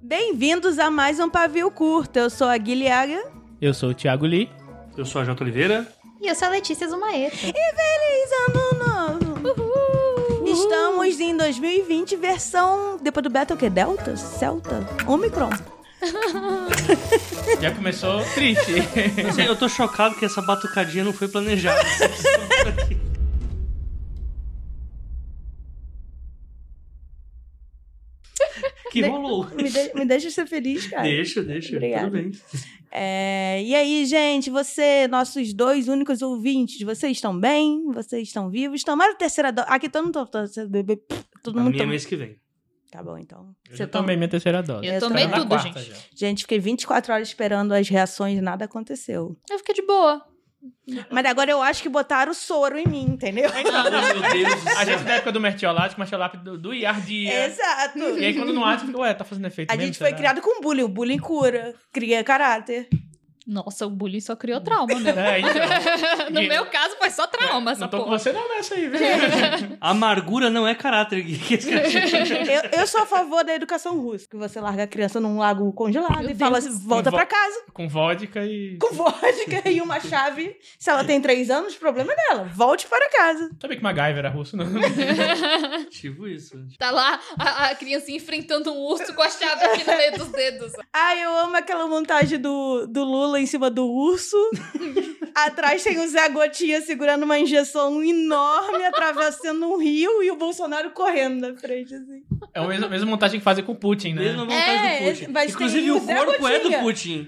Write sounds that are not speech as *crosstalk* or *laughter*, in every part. Bem-vindos a mais um Pavio Curto. Eu sou a Guilhaga. Eu sou o Thiago Lee. Eu sou a Jota Oliveira. E eu sou a Letícia E Zumaeta. feliz ano novo! Estamos em 2020, versão. Depois do Beta, o quê? Delta? Celta? Omicron? Já começou triste. Eu sei, Assim, Eu tô chocado que essa batucadinha não foi planejada. *laughs* que rolou. Me, de- me deixa ser feliz, cara. Deixa, deixa. Obrigada. Tudo bem. É, e aí, gente, você, nossos dois únicos ouvintes, vocês estão bem? Vocês estão vivos? Tomaram a terceira dose? Aqui todo mundo... tá- Todo A mundo minha é tomou- mês que vem. Tá bom, então. *laughs* Eu Você já tomei minha terceira dose. Eu Eu tomei Tava Tá tomei na tudo, quarta gente. já. Gente, fiquei 24 horas esperando as reações e nada aconteceu. Eu fiquei de boa. Mas agora eu acho que botaram soro em mim, entendeu? Ai, meu Deus do A gente céu. da época do mertiolático, mertiolático do, do Iardia. Exato. E aí quando não acha, fica, ué, tá fazendo efeito A mesmo, gente foi é será? criado com bullying. O bullying cura, cria caráter. Nossa, o bullying só criou trauma, *laughs* né? É, então. no E- meu caso, foi só trauma *laughs* essa É, Não tô com porra. você não nessa aí, viu? *laughs* Amargura não é caráter, Gui. *laughs* Que esse cara- Eu, eu sou a favor da educação russa. Que você larga a criança num lago congelado Meu e fala, Deus. volta Vo- pra casa Com vodka e... com vodka e uma chave. Se ela tem três anos, problema é dela. Volte para casa. Sabia que MacGyver era russo, não? tipo isso. Tá lá a, a criancinha enfrentando um urso com a chave aqui no meio dos dedos. Ah, eu amo aquela montagem do, do Lula em cima do *laughs* urso. Atrás tem o Zé Gotinha segurando uma injeção enorme, atravessando um rio e o Bolsonaro correndo na frente, assim. É a mesma, mesma montagem que fazem com o Putin, né? Mesma É, vontade do Putin. mas tem Inclusive, o o Zé corpo é do Gotinha.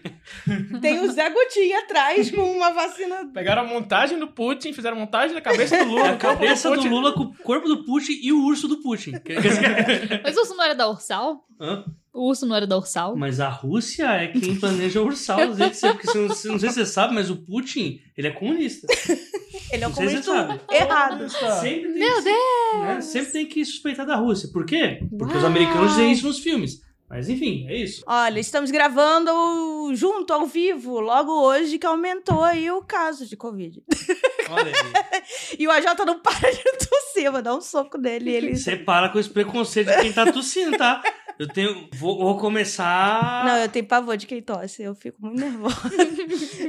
Putin. Tem o Zé Gotinha atrás com uma vacina. Pegaram a montagem do Putin, fizeram a montagem da *laughs* cabeça do Lula. É a do corpo cabeça do Putin. Lula com o corpo do Putin e o urso do Putin. Que- que esse cara- Mas o urso não era da Ursal? Hã? O urso não era da Ursal? Mas a Rússia é quem planeja o ursal. do jeito que você- Porque você não, você- não sei se você sabe, mas o Putin, ele é comunista. Ele é um Não sei se você começo sabe. Tá errado. Nossa. Sempre tem Meu que, né, Sempre tem que suspeitar da Rússia. Por quê? Porque os Uau. americanos dizem isso nos filmes. Mas enfim, é isso. Olha, estamos gravando junto, ao vivo, logo hoje, que aumentou aí o caso de Covid. Olha *laughs* aí. E o AJ não *laughs* para de tossir, vou dar um soco nele e *laughs* ele... Você para com esse preconceito de quem tá tossindo, tá? Eu tenho. Vou, vou Ah. começar. Não, eu tenho pavor de quem tosse, eu fico muito *laughs* nervosa.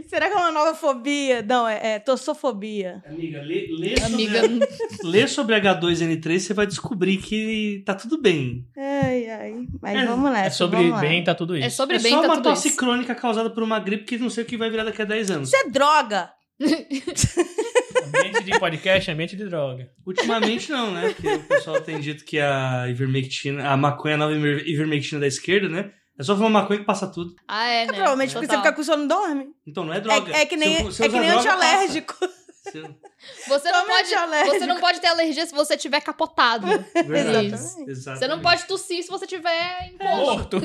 Será que é uma nova fobia? Não, é, é tossofobia. Amiga, lê, lê Amiga, é sobre. a- Lê sobre H2N3, você vai descobrir que tá tudo bem. Ai, ai. Mas É, vamos nessa. É sobre vamos lá. bem, tá tudo isso. é sobre é bem, só tá uma tudo tosse isso. crônica causada por uma gripe que não sei o que vai virar daqui a 10 anos. Isso é droga! Ambiente de podcast, ambiente de droga. Ultimamente não, né? Porque o pessoal tem dito que a ivermectina, a maconha, a nova iver- ivermectina da esquerda, né? É só fumar maconha que passa tudo. Ah, é, né? Provavelmente porque você Total. fica com sono dorme. Então não é droga. É, é que nem, Se eu- se eu é que usar nem droga, antialérgico. passa. Se eu- Você não, Totalmente pode, alérgico. você não pode ter alergia se você tiver capotado. Verdade. Exatamente. Exatamente. Você não pode tossir se você tiver em *laughs* ponto. Morto.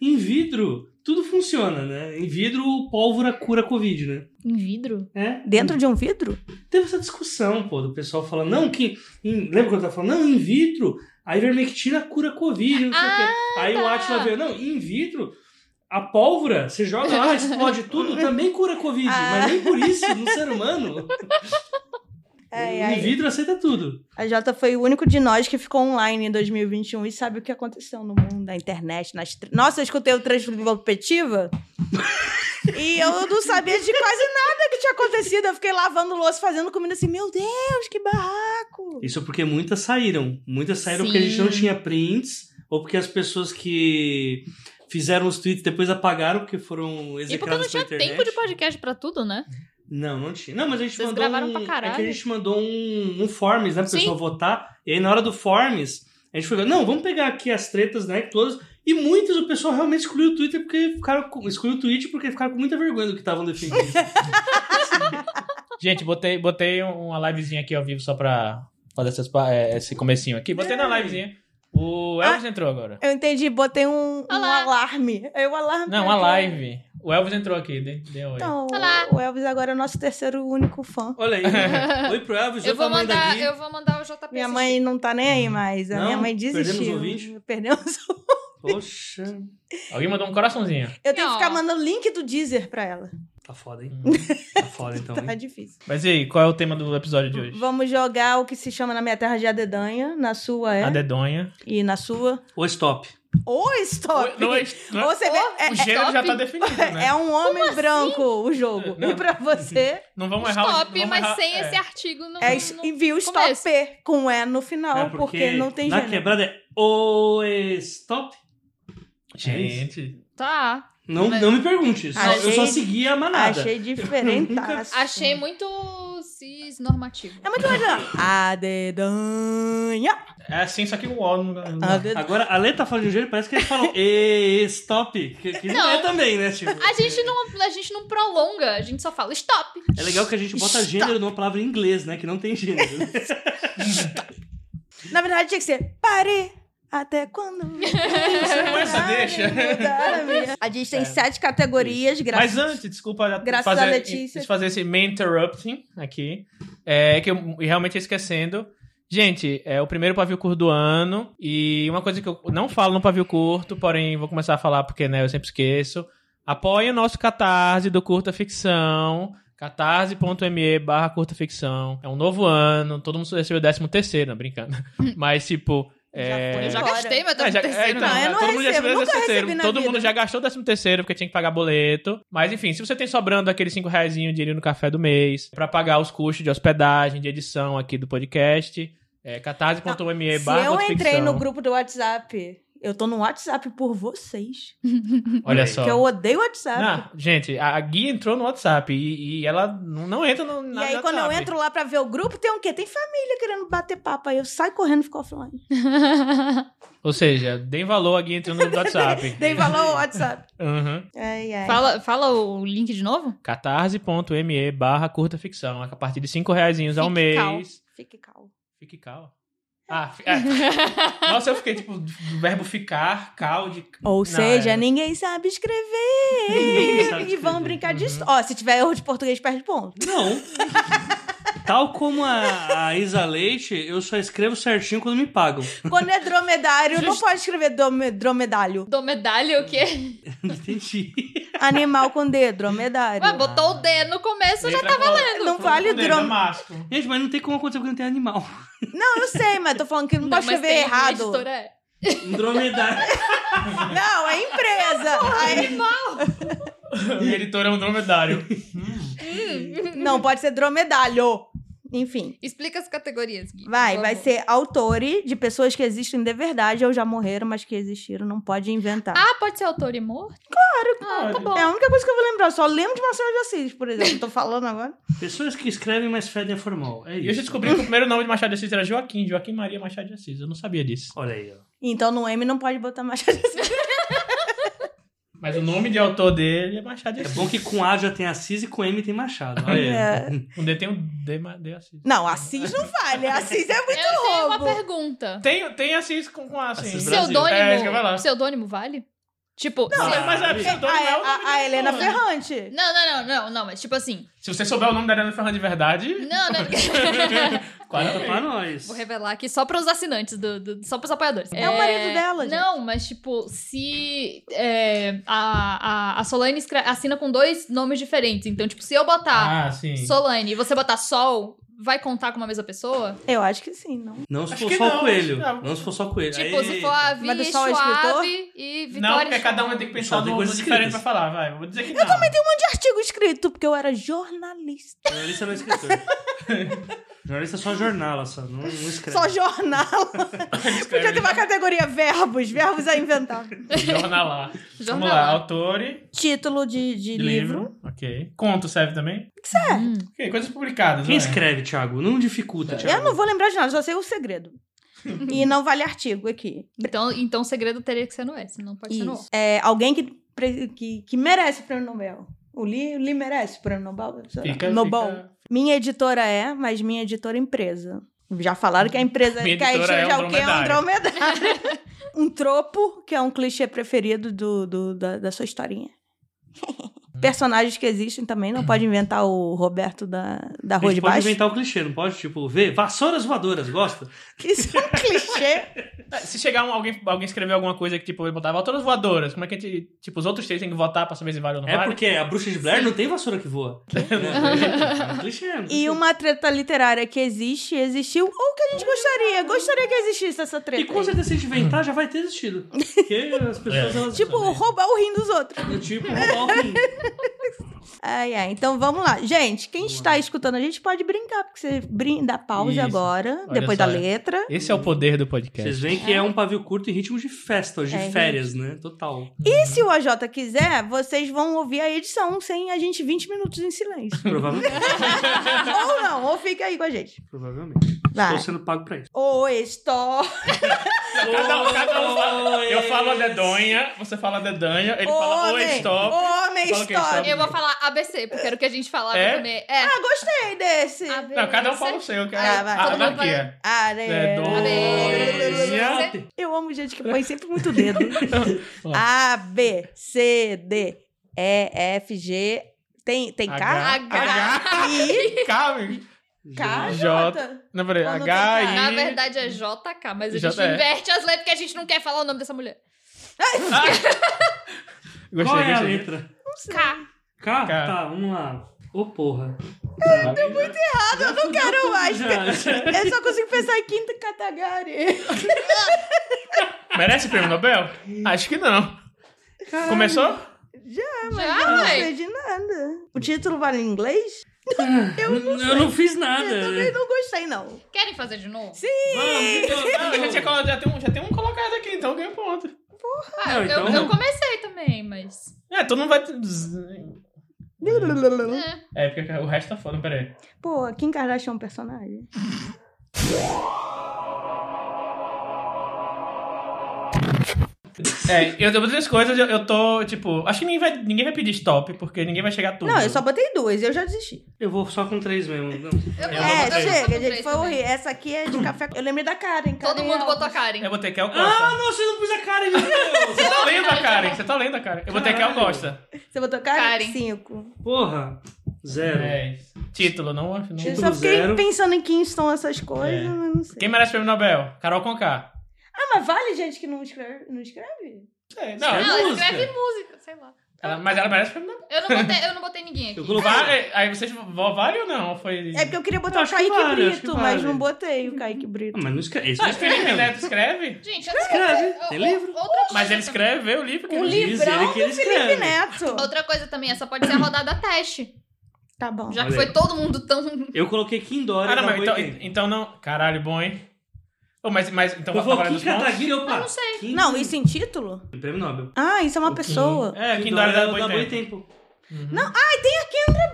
Em vidro, tudo funciona, né? Em vidro, pólvora cura Covid, né? Em vidro? É. Dentro de um vidro? Teve essa discussão, pô, do pessoal falando, não, que. em- lembra quando eu tava falando? Não, em vidro, a ivermectina cura Covid, não sei o quê. Aí o tá. Atila veio, não, em vidro, a pólvora, você joga lá, *laughs* explode tudo, também cura Covid. Ah. Mas nem por isso, no ser *laughs* humano, Ai, em ai. vidro aceita tudo. A Jota foi o único de nós que ficou online em 2021 e sabe o que aconteceu no mundo, na internet. Nas... tr- Nossa, eu escutei o Transpetiva e eu não sabia de quase nada que tinha acontecido. Eu fiquei lavando louça, fazendo comida assim, meu Deus, que barraco! Isso porque muitas saíram. Muitas saíram porque a gente não Sim. tinha prints, ou porque as pessoas que fizeram os tweets depois apagaram porque foram E porque execradas não tinha pela internet. tempo de podcast pra tudo, né? Não, não tinha. Não, mas a gente Vocês mandou. gravaram um... pra caralho. É que a gente mandou um, um forms, né? Pra Sim. pessoa votar. E aí, na hora do forms, a gente foi ver, não, vamos pegar aqui as tretas, né? que Todas. E muitas o pessoal realmente excluiu o Twitter porque ficaram com, excluiu o tweet porque ficaram com muita vergonha do que estavam defendendo. *laughs* Gente, botei, botei um, uma livezinha aqui ao vivo só pra fazer essas, pa- é, esse comecinho aqui. Botei na livezinha. O Elvis Ah. entrou agora. Eu entendi, botei um, um Olá. alarme. Aí o alarme. Não, um a live. O Elvis entrou aqui, dê, dê um oi. Então, Olá. o Elvis agora é o nosso terceiro e único fã. Olha aí. *laughs* Oi pro Elvis, oi né? Eu vou pra mãe da mandar, Gui. eu vou mandar o JP. tá Minha mãe não tá nem aí mais. A Não? minha mãe Perdemos desistiu. os ouvintes? Perdemos. Poxa, Alguém mandou um coraçãozinho. Eu tenho que ficar Não. mandando link do Deezer pra ela. tá foda, hein? Hum. Tá foda então, Tá *laughs* hein? difícil. Mas e aí, qual é o tema do episódio de hoje? Vamos jogar o que se chama na minha terra de adedanha, na sua é, A dedonha. e na sua. Ou stop. Ou stop. Não é- não é- Ou você vê, é, *laughs* o gênero já tá stop. definido, né? é um homem branco o jogo. Não. E pra você Não vamos errar. o- Stop, vamos mas errar- sem é. esse artigo não. é não- envia o stop começo. P com E no final, É porque, não tem na gênero. quebrada é o é, stop. Gente. Tá. Não, Mas- não me pergunte isso. Eu Achei- só segui a manada. Achei diferente. Achei muito cisnormativo. É muito mais. A dedanha. É assim, só que o O não. não- Ah, A dedanha. Agora, a Lê tá falando de um jeito, parece que eles falam e stop. Que, que não. Não. é também, né? Tipo, A gente, não, a gente não prolonga, a gente só fala stop. É legal que a gente bota gênero numa palavra em inglês, né? Que não tem gênero. Na verdade, tinha que ser pare até *laughs* quando. Você começa, deixa. É. A gente tem sete categorias, graças Mas antes, desculpa Graças fazer, a Letícia. fazer esse me interrupting aqui. É que eu e realmente ia esquecendo. Gente, é o primeiro pavio curto do ano. E uma coisa que eu não falo no pavio curto, porém vou começar a falar porque né, eu sempre esqueço. Apoie o nosso catarse do Curta Ficção. catarse.me barra curta ficção. É um novo ano, todo mundo recebeu o décimo terceiro, não, brincando. *laughs* Mas, tipo... é, foi, Eu já Bora. gastei tá meu é, tempo já- é, terceiro. então, não, eu não todo mundo já recebo, recebeu o nunca 13 terceiro, recebi na todo mundo vida. É. já gastou o 13 terceiro porque tinha que pagar boleto. Mas enfim, se você tem sobrando aquele 5 reais dinheirinho no café do mês, pra pagar os custos de hospedagem, de edição aqui do podcast, é catarse.me Se eu barra entrei no ficção. grupo do WhatsApp, eu tô no WhatsApp por vocês. Olha só. Porque eu odeio WhatsApp. Não, gente, a a Gui entrou no WhatsApp e, e ela não não entra no, E na aí, no quando eu WhatsApp. entro lá pra ver o grupo, tem o quê? Tem família querendo bater papo. Aí eu saio correndo e fico offline. Ou seja, deem valor a Gui entrando no WhatsApp. *laughs* Dei valor ao WhatsApp. Uhum. Ai, ai. *laughs* fala, fala o link de novo? catarse.me barra curta ficção. A partir de 5 reais ao Fique um mês. cal. Fique calmo. Fique cal. Ah, fi- é. Nossa, eu fiquei tipo do verbo ficar, cal de. Ou Não, seja, é. ninguém sabe escrever. Ninguém sabe E vão escrever. brincar de Uhum. disso. Ó, se tiver erro de português, perde ponto. Não. Tal como a, a Isa Leite, eu só escrevo certinho quando me pagam. Quando é dromedário, não pode escrever dome- dromedário. Do medalha o quê? Não entendi. Animal com D, dromedário. Ué, botou o D no começo, já Letra tá com- valendo. Não vale com D, drama. Damasco. Gente, mas não tem como acontecer porque não tem animal. Não, eu sei, mas tô falando que não, pode mas escrever tem errado. editora, é. Dromedário. Não, é empresa. Aí- Minha editora é um dromedário. não, pode ser dromedário. Enfim. Explica as categorias, Gui. Vai, por vai favor. ser autore de pessoas que existem de verdade ou já morreram, mas que existiram, não pode inventar. Ah, pode ser autor e morto? Claro que ah, tá pode. bom. É a única coisa que eu vou lembrar, eu só lembro de Marcelo de Assis, por exemplo, tô falando agora. Pessoas que escrevem, mas fedem a formal. É E eu já isso. descobri que o primeiro nome de Machado de Assis era Joaquim, Joaquim Maria Machado de Assis. Eu não sabia disso. Olha aí, ó. Então no M não pode botar Machado de Assis. Mas o nome de autor dele é Machado de É Assis. bom que com A já tem Assis e com M tem Machado. Olha aí. É. O D tem um D, ma- D Assis. Não, Assis não vale, Assis é muito Eu tenho uma roubo. pergunta. Tem, tem Assis com, com A, sim. Assis Brasil. Pseudônimo. É, isso que eu ia falar. Pseudônimo vale? Tipo. Não, se- mas é pseudônimo, a, é o nome a- a da Helena pessoa. Ferrante. não, não, não, não, não, mas tipo assim. Se você souber o nome da Helena Ferrando de verdade, é Não, *laughs* não. Conta pra quase nós. Vou revelar aqui só pros assinantes, do, do- só pros apoiadores. É o marido dela, gente. Não, mas tipo, se é, a, a, a Solane escre- assina com dois nomes diferentes. Então, tipo, se eu botar Ah, sim. Solane e você botar Sol, vai contar com uma mesma pessoa? Eu acho que sim, não. Não se Acho for que só não, o coelho. acho que não. Não se for só o coelho. Tipo, Aí- se for a Vi, Mas do Sol é Schwab e Vitória. Não, porque cada um tem que pensar Só tem num nome coisas diferente pra escritas. falar, vai. Vou dizer que não. Eu também De artigo escrito, porque eu era jornalista. Jornalista não é escritor. *laughs* Jornalista é só jornala, só. Não, não escreve. Só jornal. Podia ter uma categoria verbos, verbos a inventar. *laughs* Jornalar. Vamos lá, Jornal. autore Título de, de de livro. livro. Ok. Conto serve também? É. Hum. Ok, coisas publicadas, Quem não é? escreve, Thiago? Não dificulta, Thiago. Eu não vou lembrar de nada, só sei o segredo. e não vale artigo aqui. Então, então o segredo teria que ser no S, não pode ser no O. Isso. É, alguém que, pre- que, que merece o prêmio Nobel. O Lee, o Lee merece o prêmio Nobel? sei lá. Fica, Nobel. fica- Minha editora é, mas minha editora é empresa. Já falaram que a empresa *laughs* Minha que a editora é editora já o que é um dromedário. dromedário. *laughs* *laughs* um tropo, que é um clichê preferido do, do- da, da sua historinha. personagens que existem também. Não pode inventar o Roberto da, da A Rua gente de pode Baixo. inventar o clichê, não pode? Tipo, ver vassouras voadoras, gosta? *laughs* Isso é um clichê. Se chegar um- alguém, alguém escrever alguma coisa que, tipo, ele botava todas voadoras, como é que a gente. Tipo, os outros três têm que votar pra saber se vale ou não É vale? porque a bruxa de Blair não tem vassoura que voa. *laughs* É um clichê. é um clichê. E uma treta literária que existe, existiu, ou que a gente gostaria. Gostaria que existisse essa treta. E com certeza, se a gente inventar, já vai ter existido. Porque *laughs* as É. pessoas. Elas Tipo, roubar o rim dos outros. Tipo, roubar o rim. Ai, ai. Então vamos lá. Gente, quem está escutando a gente pode brincar, porque você brinda pausa Isso. agora, Olha depois só, da é. letra. Esse é o poder do podcast. Vocês veem que é um pavio curto em ritmo de festa, de É, férias, né? Total. Uhum. E se o AJ quiser, vocês vão ouvir a edição sem a gente 20 minutos em *laughs* silêncio. Provavelmente. ou não, ou fica aí com a gente. provavelmente. *laughs* Vai. Estou sendo pago pra isso. Ou estou. Cada um- cada um fala- Eu falo a dedonha, você fala a dedanha, ele fala oi, Homem, stop. homem, Fala o quê? stop. Stop. Eu vou falar ABC, porque era o que a gente falava É? também. É, Ah, gostei desse. ABC. Não, cada um fala o seu, Ah, cara. vai. Ah, Todo mundo anarquia. Are... É, Dois. dois. Eu amo gente que põe sempre muito dedo. A, B, C, D, E, F, G. Tem, tem K? H. H. I, Calma. K, J. J. Não, peraí. Ou não tem H, K? I. Na verdade é JK, mas a J- gente é. inverte as letras porque a gente não quer falar o nome dessa mulher. Gostei, Qual é a gostei. letra? K. K. K? Tá, vamos lá. Ô, porra. Tá. deu muito errado, eu não quero mais. Já. Eu só consigo pensar em quinta Katagari. Merece o prêmio Nobel? Acho que não. Começou? Já, Eu não mãe. sei de nada. O título vale em inglês? *laughs* Eu não sei. Eu não fiz Eu nada. também não gostei, não. Querem fazer de novo? Sim. Vamos, Não, eu já, tinha então, colo- já tem um, já tem um colocado aqui, então ganha ponto. Ah, Não, eu, então- eu comecei também, mas. É, todo mundo vai. É. É, porque o resto tá foda, peraí. Pô, Kim Kardashian é um personagem? É, eu eu outras coisas, eu, eu tô, tipo. Acho que ninguém vai, ninguém vai pedir stop, porque ninguém vai chegar tudo. Não, eu só botei duas, eu já desisti. Eu vou só com três mesmo. Não. Eu- é, eu- eu- eu- eu- chega, eu- gente, foi também. horrível. Essa aqui é de café. Eu lembrei da Karen. Karen é Todo mundo Alves. botou a Karen. Eu botei Kel é Costa. Ah, nossa, eu não pus a cara, meu Deus. Você tá lendo a Karen, você tá lendo a Karen. Eu botei Kel Caralho. Costa. Você botou Karen? Karen. Cinco. Porra. Zero. Dez. É Título, não. não... Eu Título só fiquei zero. pensando em quem estão essas coisas, É. mas não sei. Quem merece o prêmio Nobel? Carol Conká. Ah, mas vale gente que não escreve? Não escreve? Sei, Não, Sério? Não, ela música. escreve música, sei lá. ela- mas ela merece o prêmio Nobel. Eu não botei, eu não botei ninguém aqui. Eu coloquei. Vale, aí vocês. vo- Vale ou não? Foi. É porque eu queria botar Acho o que Kaique vale, acho que Brito, vale. mas não botei o Kaique Brito. Ah, Mas não escreve. Isso não Mas Felipe escreve. Neto escreve? Gente, eu não Escreve, tem o- o- livro. Outra coisa Mas ele também. escreveu o livro. cara. O Diz livrão ele que ele do Felipe escreve. Neto. Outra coisa também, essa pode ser a rodada teste. Tá bom. Já que Olha foi aí. todo mundo tão. Eu coloquei Kim Dora. Ah, não, na mas então, boa ideia. então não. Caralho, bom, hein? Ô, mas, mas então Eu tá vou valendo Kim os pontos? Kataguiri, opa. Eu não sei. Kim- Não, isso em título? Prêmio Nobel. Ah, isso é uma pessoa. É, Kim Dora da Boi Boitempo. Tempo.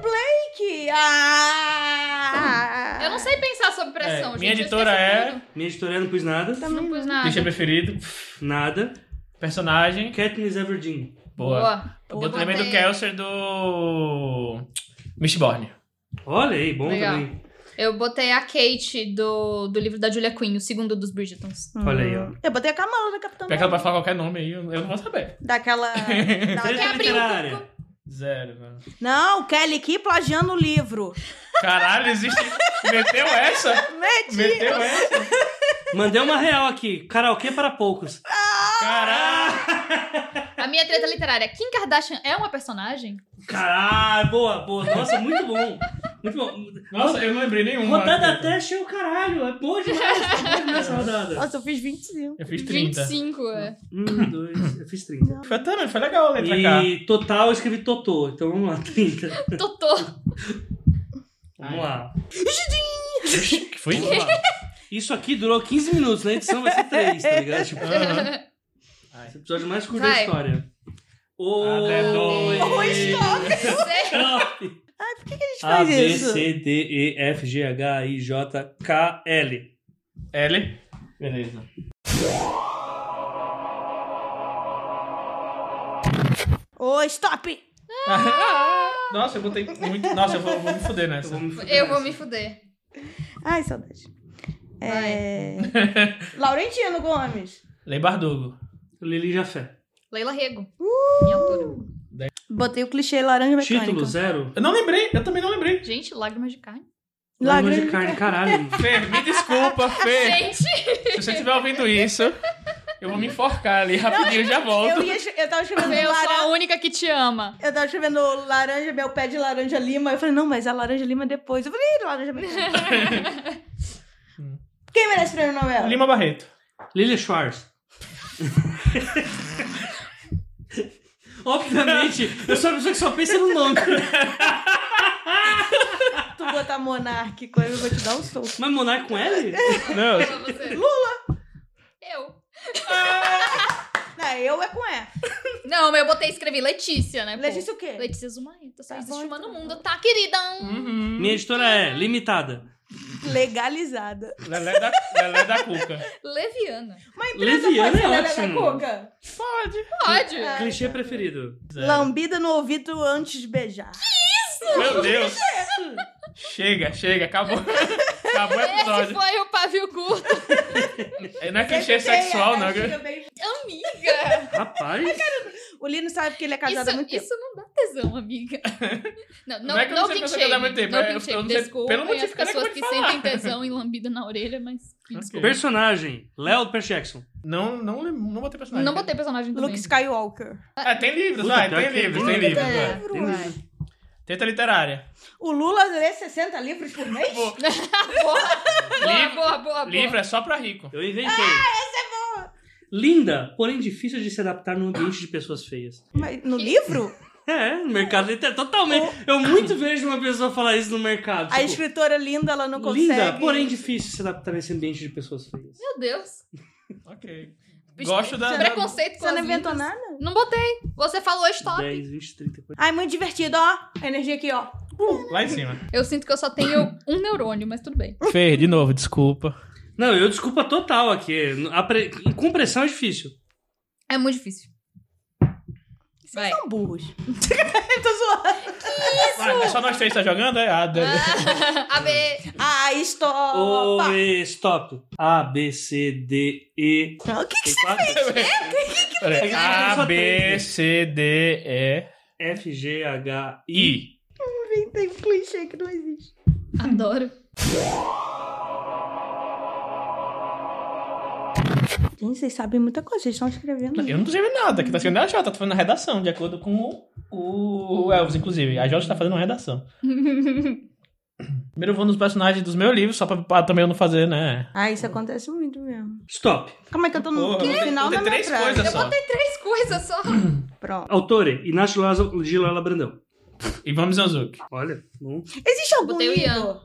Blake! Ah! Eu não sei pensar sob É, pressão, gente. minha eu editora esqueço é- tudo. Minha editora não pus nada. Não pus nada. Clichê preferido. Nada. Personagem. Katniss Everdeen. Boa. Eu Eu botei também do botei- Kelser do. Mistborn. Olha aí, bom Legal. também. Eu botei a Kate do, do livro da Julia Quinn, o segundo dos Bridgetons. Olha aí, ó. Hum. Eu botei a Kamala da Capitã Pior que ela Marvel. pode falar qualquer nome aí, eu eu não vou saber. *laughs* Daquela. Seja daquela... Quer abrir um o *laughs* literária. Zero, mano. Não, Kelly aqui plagiando o livro. Caralho, existe. *laughs* Meteu essa? Meteu essa? Mandei uma real aqui. Karaokê para poucos. Caralho! A minha treta literária. Kim Kardashian é uma personagem? Caralho, boa, boa. Nossa, muito bom. Muito bom. Nossa, né? eu não lembrei nenhuma. Rodada teste é o caralho. É boa demais. É boa demais essa rodada. Nossa, eu fiz 25. Eu fiz 30. 25, é. Um, dois. Eu fiz 30. Foi, também, foi legal a letra cá. E total eu escrevi Totô. Então vamos lá, 30. Totô. Vamos lá. Que foi? Vamos lá. Isso aqui durou 15 minutos, na edição vai ser 3, tá ligado? Tipo, Aham. esse episódio mais curto da Vai. história. é Oi, *laughs* Sei. A, A, gente B, faz isso? C, D, E, F, G, H, I, J, K, L. L. Beleza. Ô, stop! Nossa, eu botei muito. Nossa, eu vou, vou me fuder Eu nessa. vou me fuder Eu vou me nessa. fuder. Ai, saudade. É... *laughs* Laurentino Gomes. Lei Bardugo. Lili Jafé. Leila Rego. Minha autora. Botei o clichê laranja mecânica. Título zero. Eu não lembrei, eu também não lembrei. Gente, lágrimas de carne. Lágrimas Laranja de carne, caralho. Fê, *laughs* me desculpa, Fê. Gente! Se você estiver ouvindo isso, eu vou me enforcar ali rapidinho, eu já volto. Eu, ia, escre- eu tava escrevendo *laughs* Eu sou a laranja. única que te ama. Eu tava escrevendo laranja, meu pé de laranja lima. Eu falei, não, mas a laranja lima é depois. Eu falei, "Ih, laranja mecânica. Quem merece o prêmio Nobel? Lima Barreto. Lily *laughs* Schwartz. Obviamente, eu sou a pessoa que só pensa no nome. Tu botar monarque, coisa, eu vou te dar um soco. Mas Monark com L? Não, é Lula! Eu. Não, eu é com E. Não, mas eu botei escrevi Letícia, né? pô? Letícia o quê? Letícia Zumaeta. Só Tá existe bom, uma no então. mundo, tá, querida? uhum. Minha editora é limitada. Legalizada. Lelé da, Lelé da Cuca. Leviana. Uma empresa Leviana é pode ser né, da ótimo. Coca? Pode. Pode. Ah. Clichê preferido. Lambida no ouvido antes de beijar. Meu Deus. Chega, chega, acabou. Acabou o Esse episódio. foi o pavio curto. É, Não é clichê Sempre tem, sexual, né? é, não. fica bem- Amiga! Rapaz. O Lino sabe que ele é Um casado há muito Isso, tempo. isso não dá *laughs* tesão, amiga. Não, não, Não é que eu não sei king que eu sou casada há muito shaming, tempo, não é, king eu- eu shaming, não sei- desculpem pelo motivo é, as que eu nem pessoas vou que te falar. sentem tesão e lambida na orelha, mas que Ok. desculpa. Personagem. Léo Percy Jackson. Não, não, lem- não botei personagem. Não botei personagem também. Luke Skywalker. Ah, tem livros, Puta, vai, pior tem que livros, tem tem né? livros. É. vai. Livro, Tem uai. Tenta literária. O Lula lê 60 livros por mês? Pô, Boa, Livro- boa, boa, boa. livro é só pra rico. Eu inventei. Ah, essa é boa. Linda, porém difícil de se adaptar num ambiente de pessoas feias. Mas no livro? É, no mercado literário, totalmente. Eu muito vejo uma pessoa falar isso no mercado. A tipo, escritora linda, ela não consegue. Linda, porém difícil se adaptar nesse ambiente de pessoas feias. Meu Deus. Ok. Gosto da. da- Preconceito com Você não as inventou lindas. nada? Não botei. Você falou stop. 10, 20, 30, 40. Ai, muito divertido, ó. A energia aqui, ó. Lá em cima. Eu sinto que eu só tenho um neurônio, mas tudo bem. Fer, de novo, desculpa. Não, eu desculpa total aqui. A pre... Com pressão é difícil. É muito difícil. Vai. São burros. Tô zoando. Ah, é só nós três que tá jogando? É? Ah, deve- A B. Ah, estopa. Oi, stop. A, B, C, D, E. O que que Tem quatro? Peraí. que A, só três, B, né? C, D, F, G, H, E, I. I. tem? Tem um clichê que não existe. Adoro. Gente, vocês sabem muita coisa. Vocês estão escrevendo. Eu não tô escrevendo nada, que tá escrevendo é a Jota, tá fazendo a redação, de acordo com o, o Elvis, inclusive. A Jota tá fazendo uma redação. Primeiro eu vou nos personagens dos meus livros, só pra, pra também eu não fazer, né? Ah, isso acontece muito mesmo. Stop. Como é que eu tô no, Porra, no botei- final botei da minha três frase? coisas Eu só. botei três coisas só. Pronto. Autore, Inácio Lazo- de Lola Brandão. E vamos Zanzuki. Olha, bom. Existe algum Botei o Ian. Igor?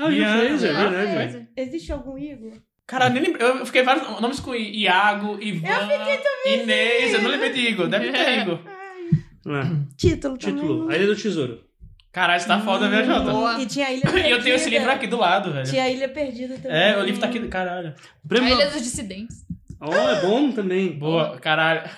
Ah, e o Ian, é Fraser, Ian, verdade. Fraser. Existe algum Igor? Cara, eu nem lembrei. Eu fiquei vários nomes com I- Iago, Ivan, Inês. Eu não lembrei de Igor. Deve ter Igor. né? Ah, Título também. título, não- A Ilha do Tesouro. Caralho, você tá foda, viu, Jota? Boa. E tinha a Ilha Perdida. E eu tenho esse livro aqui do lado, velho. Tinha a Ilha Perdida também. É, o livro tá aqui. Caralho. A Prêmio Ilha Nobel. dos Dissidentes. *laughs* Oh, é bom também. Boa, caralho.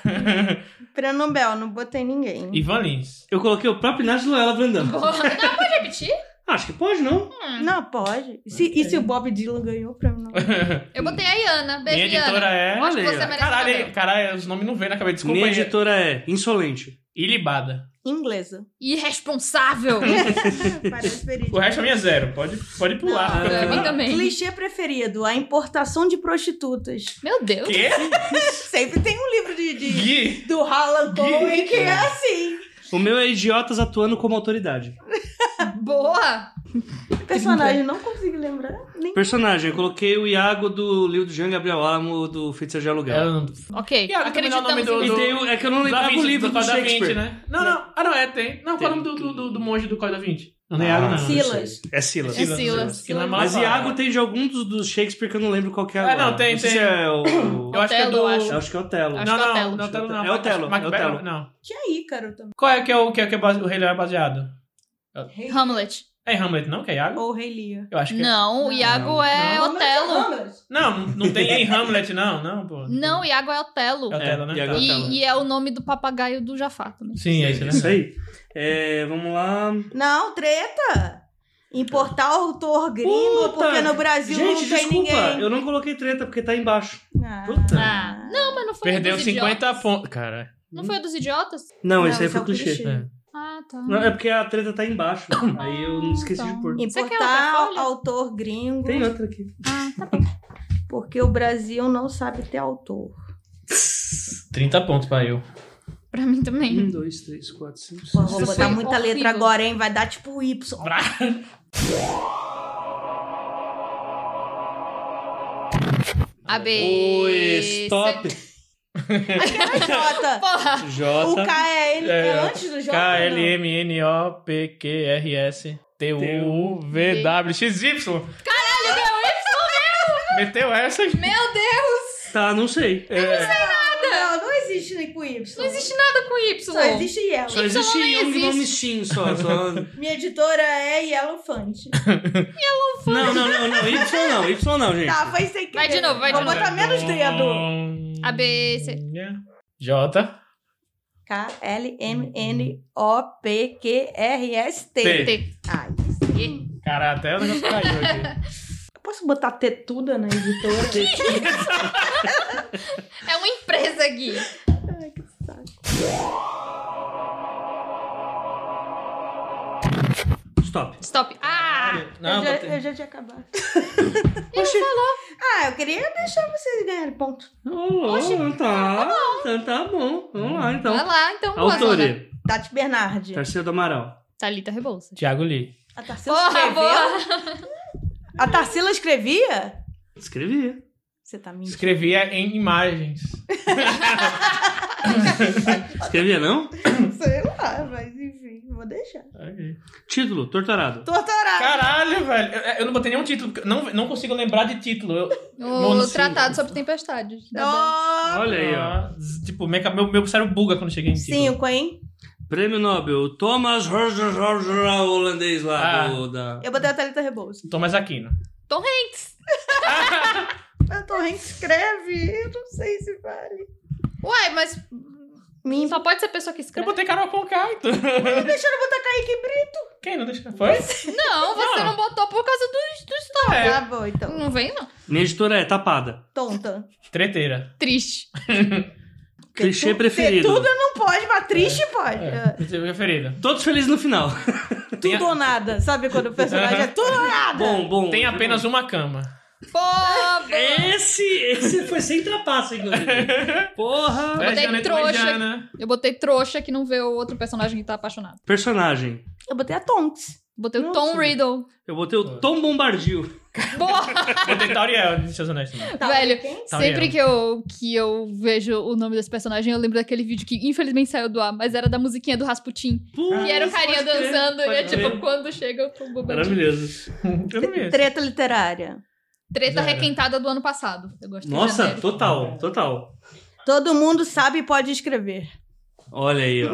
*laughs* Pra Nobel, não botei ninguém. Ivan Lins. Eu coloquei o próprio Inácio de Lola Brandão. Boa. Não, pode repetir? Ah, Acho que pode, não? Não, pode. Se, E se o Bob Dylan ganhou pra mim? *laughs* Eu botei a Iana. Um Beijo, Minha editora Iana. é. Acho que você Olha aí, merece o Caralho, Nobel. caralho, os nomes não vêm na cabeça, desculpa. Minha aí. editora é Insolente. Ilibada. *laughs* Inglesa. Irresponsável. Parece O verídico. resto pra mim é zero. Pode, pode pular. Não, pra mim também. Clichê preferido, a importação de prostitutas. Meu Deus. Quê? Sempre tem um livro de, de- Gui? do Harlan Cohen que é assim. O meu é Idiotas Atuando como Autoridade. Boa. Personagem, não consigo lembrar. Nem... Personagem, eu coloquei o Iago do livro do Jean Gabriel Alamo do Feiticeiro de Aluguel. É, Eu não- Ok. E agora, como é o nome Acreditamos do- em E você. tem o- é que eu não lembrava Da Vinci, o livro do, Código da Vinci, Shakespeare. né? Não, não. Ah, não, é, tem. Não, qual é o nome Tem. do, do, do, do monge do Código da Vinci? Não é Iago, não. Silas. É Silas. É Silas. Que não é mal Mas falado. Iago tá- tem de algum dos, dos Shakespeare que eu não lembro qual que é É, agora. não, tem, não sei tem. Se é o... Eu acho que é Otelo, do... eu Eu acho que é o Telo. Acho não, que é não, Otelo. não, Otelo não. É Otelo, Mac- é Otelo. Mac- Não. Tinha Ícaro também. Qual é que é o que, é, que é base... o Rei Leão é baseado? Rei... Hamlet. É em Hamlet, não? Que é Iago? Ou Rei Lear. Eu acho que é. Não, o Iago Não. é Hamlet Otelo. Hamlet. Não, não- não tem em Hamlet, não. Não, pô. Não, o Iago é Otelo. É Otelo, É, né? Iago Tá. é Otelo. E, e é o nome do papagaio do Jafar também. Sim, é isso, né? Isso um aí. É, vamos lá. Não, treta. Importar autor gringo, Puta! porque no Brasil Gente, não tem desculpa. ninguém. Eu não coloquei treta porque tá aí embaixo. Ah. Puta. Ah, não, mas não foi um Perdeu dos 50 idiotas. pontos. Cara. Não foi a dos idiotas? Não, esse aí esse foi é o clichê. Ah, tá. Não, é porque a treta tá embaixo. aí eu não esqueci Tá. de pôr. Você quer Importar outra folha? autor gringo, Tem outra aqui. Ah, tá. porque o Brasil não sabe ter autor. 30 pontos pra eu. Pra mim também. Um, dois, três, quatro, cinco, Pô, seis. vou Isso botar foi tá muita letra horrível. agora, hein? Vai dar tipo *laughs* Y. A B. Oi, C- stop. Aquela J. Porra. O J. K é, N- é antes do J. K, L, não? M, N, O, P, Q, R, S, T, U, V, W, X, Y. Caralho, deu Y mesmo! Meteu essa aqui. Meu Deus, Tá, não sei. É, Não, não existe nem com Y. não existe nada Tá com Y. Só existe Yellow. só Y existe não Young existe. Nomishin só. só... Minha editora é Yellow *laughs* Fund. Não, não, não, não. Y não, Y não, gente. Tá, foi sem querer. Vai de novo, vai de Vou novo. botar menos dedo. A, B, C. J, K, L, M, N, O, P, Q, R, S, T. T. T. Ai, E. Cara, até o negócio caiu aqui. eu posso botar tetuda na *laughs* editora? É uma empresa aqui. Ai, que saco. Stop. Stop. Ah! eu, Não, já, botei. eu já tinha *laughs* acabado. Oxi. Ah, eu queria deixar vocês ganharem ponto. Ô, ô, tá. Tá, tá bom. Vamos lá, então. Vai lá, então. Guazona. Autoria. Tati Bernardi. Tarcísio do Amaral. Thalita Rebouças. Thiago Lee. A Tarsila Porra, escreveu? boa. A Tarsila escrevia? Escrevi. Você tá mentindo. Escrevia em imagens. Escrevia, não? Sei lá, mas enfim, vou deixar. Título, Torturado. Torturado. Tá Caralho, velho. Eu, eu não botei nenhum título. porque eu Não, não consigo lembrar de título. Eu, O Monossílabo. Tratado sobre Tempestades. tá da Dana. Oh, Olha aí, ó. Tipo, minha, ca- meu, meu cérebro buga quando cheguei em título. cinco, hein? Prêmio Nobel, Thomas Horzer, o holandês lá Ah. do, da... Eu botei a Thalita Rebouça. Thomas Aquino. Tom Hanks. A Torrente escreve, eu não sei se vale. Uai, mas Me Hum, só pode ser a pessoa que Eu escreve. botei Carol Conká, então. *laughs* deixaram botar Kaique Brito. Quem não deixou? *laughs* Foi? Não, você não botou por causa do, do stop. É. Tá bom, então. Não vem, não. Minha editora é Tapada. Tonta. Treteira. Triste. Clichê preferido. Tudo não pode, mas triste pode. É. Preferido. Todos felizes no final. É, Tudo ou nada. Sabe quando o personagem é tudo ou nada? Bom, bom. Tem apenas uma cama. Pô, boa. Esse, esse foi sem trapaça, inclusive. Porra. botei Janete trouxa. Moijana. Eu botei trouxa que não vê o outro personagem que tá apaixonado. Personagem. Eu botei a Tonks. Botei o Nossa. Tom Riddle. Eu botei o Tom Bombardil. Porra, Botei Tauriel, de seus honestos. né? *laughs* também. Tá, velho. quem? Sempre que eu, que eu vejo o nome desse personagem, eu lembro daquele vídeo que infelizmente saiu do ar, mas era da musiquinha do Rasputin. Putz, e era o carinha pode crer, dançando, pode e é tipo, crer. quando chega o Tom Bombadil. Maravilhoso. Eu não vi esse. Treta literária. Treta Zero. requentada do ano passado. Eu gostei Nossa, janeiro. total, total. Todo mundo sabe e pode escrever. *laughs* Olha aí, *laughs* ó.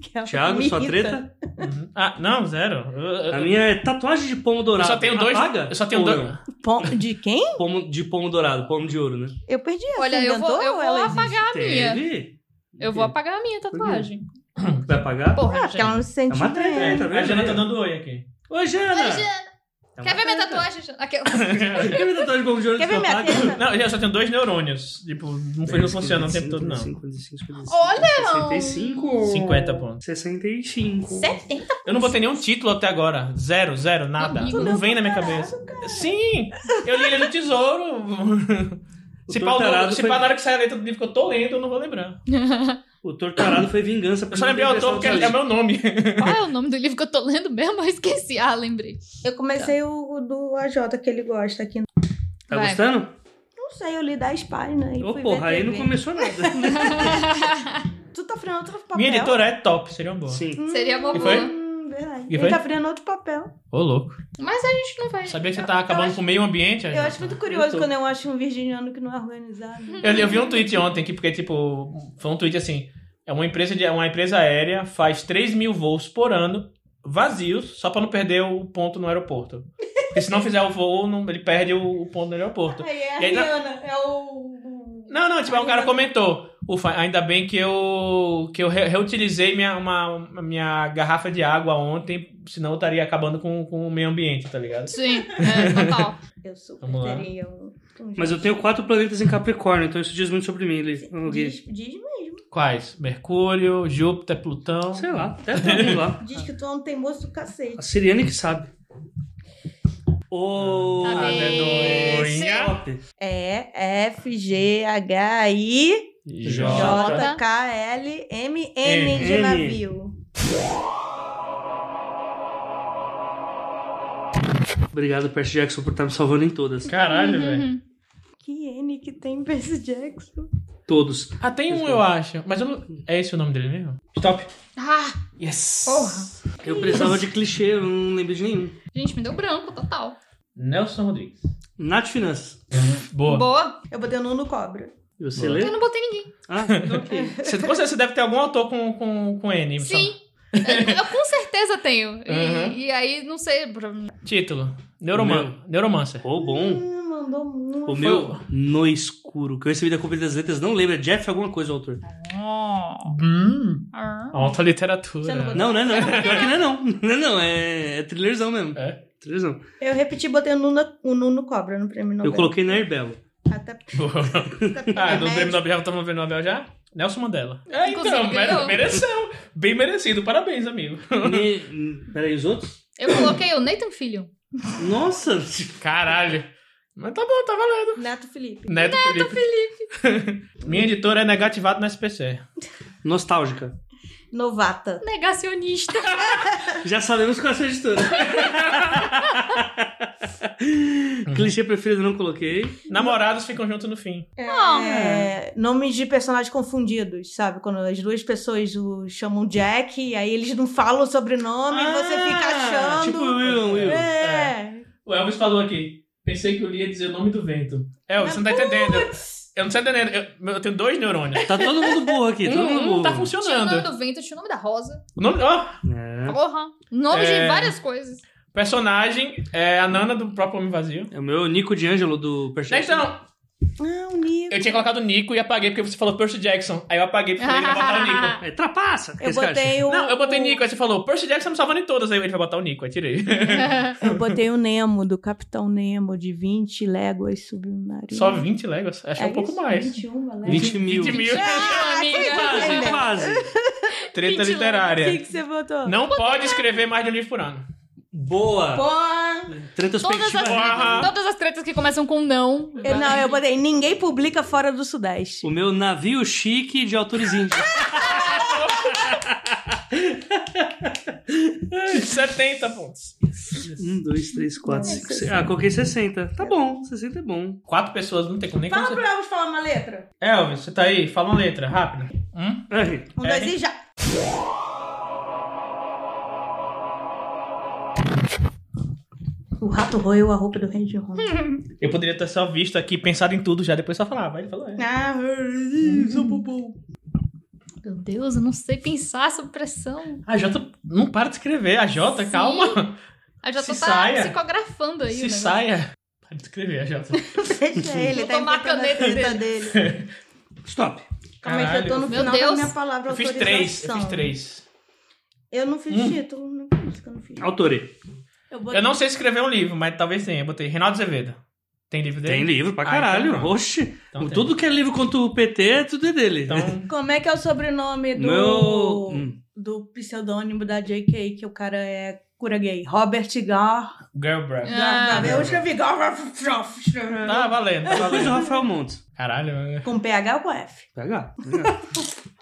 Aquela Thiago, me sua irrita. treta? Uhum. Ah, não, zero. Eu, eu- A minha é tatuagem de pomo eu dourado. só tenho dois. Apaga? Eu só tenho Ou dois. não? Pom- De quem? Pomo de pomo dourado, pomo de ouro, né? Eu perdi essa. Olha, eu vou, inventou eu ou vou ela existe? apagar a minha. Teve? Eu vou apagar a minha tatuagem. Vai pagar? Porra, Ah, porque ela gente. não se É sente uma treta, bem. tá vendo? A Jana tá dando oi Tá aqui. Oi, Jana! Ai, Jana, É uma Quer ver minha treta. tatuagem? Jana? Aquela- Quer ver minha tatuagem de pomo de ouro? Quer ver minha teta? *laughs* Não, eu só tenho dois neurônios. Tipo, não, foi, não funciona o tempo todo, não. 55, 55, Olha! 65. 50 pontos. 65. 70? Eu não botei nenhum título até agora. Zero, zero, nada. Tipo, Amigo. Não vem na minha cabeça. Sim! Eu li Ilha do Tesouro. *laughs* Se O pau Tortarado se foi- pau na hora que sair a letra do livro que eu tô lendo, eu não vou lembrar. O Torturado foi vingança. Eu só lembrei o autor porque é é meu nome. *laughs* Qual é o nome do livro que eu tô lendo mesmo? Eu esqueci. Ah, lembrei. Eu comecei Tá. o, o do AJ que ele gosta aqui. é Tá Vai. gostando? Não sei, eu li 10 páginas e Ô, fui porra, ver aí não TV. começou nada. *laughs* Tu tá fazendo outro papel. Minha editora é top, seria uma boa. Sim. Seria uma E boa. foi? Hum, verdade. E Ele foi? tá virando outro papel. Ô, louco. Mas a gente não vai. Sabia que você tava acabando acho- com o meio ambiente? né? Eu Jana? acho muito curioso tô. quando eu acho um virginiano que não é organizado. Eu, eu vi um tweet ontem que, porque, tipo, foi um tweet assim: é uma empresa, de, uma empresa aérea faz 3 mil voos por ano, vazios, só pra não perder o ponto no aeroporto. Porque se não fizer o voo, não- ele perde o, o ponto no aeroporto. Aí é a E aí na- Rihanna, é o... Não, não, tipo, aí um cara comentou. Ufa, ainda bem que eu, que eu re- reutilizei minha, uma, uma- minha garrafa de água ontem, senão eu estaria acabando com, com o meio ambiente, tá ligado? *laughs* Sim, é, total. Eu super Vamos lá. teria um... um Mas eu tenho quatro planetas em Capricórnio, então isso diz muito sobre mim, Liz. Diz, diz mesmo. Quais? Mercúrio, Júpiter, Plutão. Sei lá, até tem lá. Diz que tu é um teimoso do cacete. A Siriane que sabe. Ô, Tá bem. Amendoinha. top. É F, G, H, I, J. J, K, L, M, N. N É, de navio. Obrigado, Percy Jackson, por estar me salvando em todas. Caralho, velho. Uhum. Que N que tem Percy Jackson? Todos. Ah, tem um, eu acho. Mas eu não... é esse o nome dele mesmo? Top. Ah, Yes! Porra. Eu precisava de clichê, eu não lembro de nenhum. gente, me deu branco total. Nelson Rodrigues. Nath Finanças. Boa. Boa. Eu botei o Nuno Cobra. E Você Boa. Eu lê? não botei ninguém. Ah, então ok. Você, com certeza, deve ter algum autor com, com, com N. só. Sim. Eu, eu com certeza tenho. E, Uhum. e aí, não sei. pro- Título. Neuroman... Neuromancer. Ô, bom. Hum, mandou O muito. meu No Escuro, que eu recebi da Companhia das Letras, não lembro, é Jeff alguma coisa o autor. Hum. Ah. Alta literatura. Você não botou? Não, não é não, pior que não é não. Não é não, é, é thrillerzão mesmo. É? Thrillerzão. Eu repeti e botei o Nuno, o Nuno Cobra no prêmio Nobel. Eu coloquei na Herbelo. Até, Boa. *laughs* até Ah, do prêmio médico. Nobel, já estamos vendo Nobel já? Nelson Mandela. É, Inclusive, então, ganhou. mere- mereceu. Bem merecido. Parabéns, amigo. Ne- Peraí, os outros? Eu coloquei o Nathan Filho. Nossa! Caralho. Mas tá bom, tá valendo. Neto Felipe. Neto, Felipe. *laughs* Minha editora é negativado no SPC. Nostálgica. Novata. Negacionista. Já sabemos qual é a sua *laughs* editora. Clichê preferido não coloquei. Namorados ficam juntos no fim. Não. É, nomes de personagens confundidos, sabe? Quando as duas pessoas o chamam Jack, e aí eles não falam o sobrenome e você fica Ah, achando. Tipo Will, Will. É. O Elvis falou aqui. Pensei que eu ia dizer o nome do vento. Elvis, você não tá entendendo. Eu não tô entendendo. Eu, eu tenho dois *laughs* neurônios. Tá todo mundo burro aqui, todo mundo Um, burro. um tá Tinha o nome funcionando. do vento, tinha o nome da Rosa. O nome, ó, É. Porra. Nome É. de várias coisas. personagem é a Nana do próprio Homem Vazio. É o meu Nico D'Angelo do Percy Jackson. Então, Não, Nico. eu tinha colocado o Nico e apaguei porque você falou Percy Jackson. Aí eu apaguei porque eu falei que ia botar o Nico. *laughs* É trapaça. Eu Esse cara. botei o. Não, eu botei o- Nico, aí você falou, Percy Jackson me salvando em todas, aí ele vai botar o Nico, aí tirei. Eu botei o Nemo, do Capitão Nemo, de 20 léguas submarinas. Só 20 léguas? Acho que é um É pouco isso? mais. 21 léguas. 20 mil. 20 mil. Ah, Amiga. que Quase, coisa. quase. Treta 20 O que, literária. que você botou? Não pode escrever mais de um livro por ano. Boa. Porra! *laughs* Todas as, Retrospectiva. *laughs* Porra. todas as tretas que começam com não. Eu, não, eu botei. Ninguém publica fora do Sudeste. O meu navio chique de autores índios. 70 pontos. um, dois, três, quatro, cinco, seis. Ah, coloquei 60. Tá bom, 60 é bom. Quatro pessoas, não tem como nem Fala conversar. pro Elvis falar uma letra. Elvis, você tá aí? Fala uma letra, rápido. Hum? Ai, Um, É. dois e já. O rato roeu a roupa do rei de Roma. Hum. Eu poderia ter só visto aqui, pensado em tudo já, depois só falava. Ele falou, é. Ah, sou bobo. Meu Deus, eu não sei pensar sob pressão. A Jota não para de escrever. A Jota, Sim. calma. Eu já tô Se tá saia. psicografando aí. o Se negócio. saia. Para de escrever, a Jota. Deixa ele, Vou tá tomar a inventando caneta treta dele. stop. Calma aí, que eu tô no Meu final da Deus. minha palavra Eu fiz três, eu autorização. fiz três. Eu não fiz Hum. título, não acredito que eu não fiz. Autore. Eu, botei- Eu não sei escrever um livro, mas talvez tenha. Eu botei Reinaldo Azevedo. Tem livro dele? Tem livro pra Ah, caralho. então pronto. Oxi. Então tem. tudo que é livro contra o PT, tudo é dele. Então, Como é que é o sobrenome do, Meu. hum, do pseudônimo da JK, que o cara é cura gay? Robert Gar. Girl Breath. Ah, eu escrevi Gar. Tá valendo, tá Depois do *laughs* valendo. Rafael Montes. Caralho, mano. Com PH ou com F? Pegar. pegar.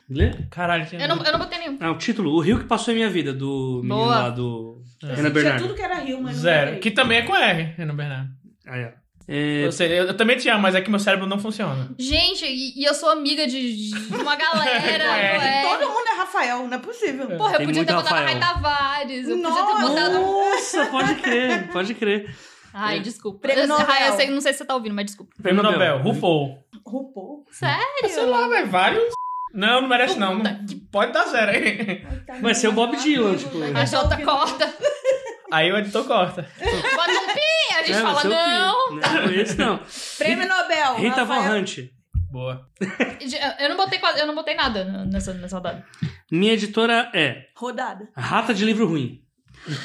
Lê? Caralho, tinha. Eu não, eu não botei nenhum. Ah, o título. O Rio que passou em minha vida, do menino Boa. lá do. É. Renan Tinha Bernardo. tudo que era Rio, mas Zero. não Que também é com R, Renan Bernardo. Aí, ó. É, Eu, sei, eu- eu também tinha, mas é que meu cérebro não funciona. Gente, e, e eu sou amiga de, de uma *laughs* galera. É. ué. Todo mundo é Rafael, não é possível. É. Porra, eu Tem podia ter muito botado Rafael. Rai Tavares. Eu podia ter Nossa! botado. Nossa, pode crer, pode crer. Ai, desculpa. Prêmio Eu, Rai, eu Nobel. sei, não sei se você tá ouvindo, mas desculpa. Prêmio Nobel, Nobel. RuPaul. RuPaul. É, Sério? É, Sei lá, velho, vários. Não, não merece não. Puta Pode dar zero aí. Vai ser o Bob Dylan, tipo. A Jota é. corta. *laughs* Aí o editor corta. Bota um pi! A gente É, fala, seu filho. não. Não, esse não. Prêmio Nobel. Rita Von Rafael- Hunt. Boa. Eu não botei, quase- eu não botei nada nessa, nessa rodada. Minha editora é Rodada. Rata de Livro Ruim.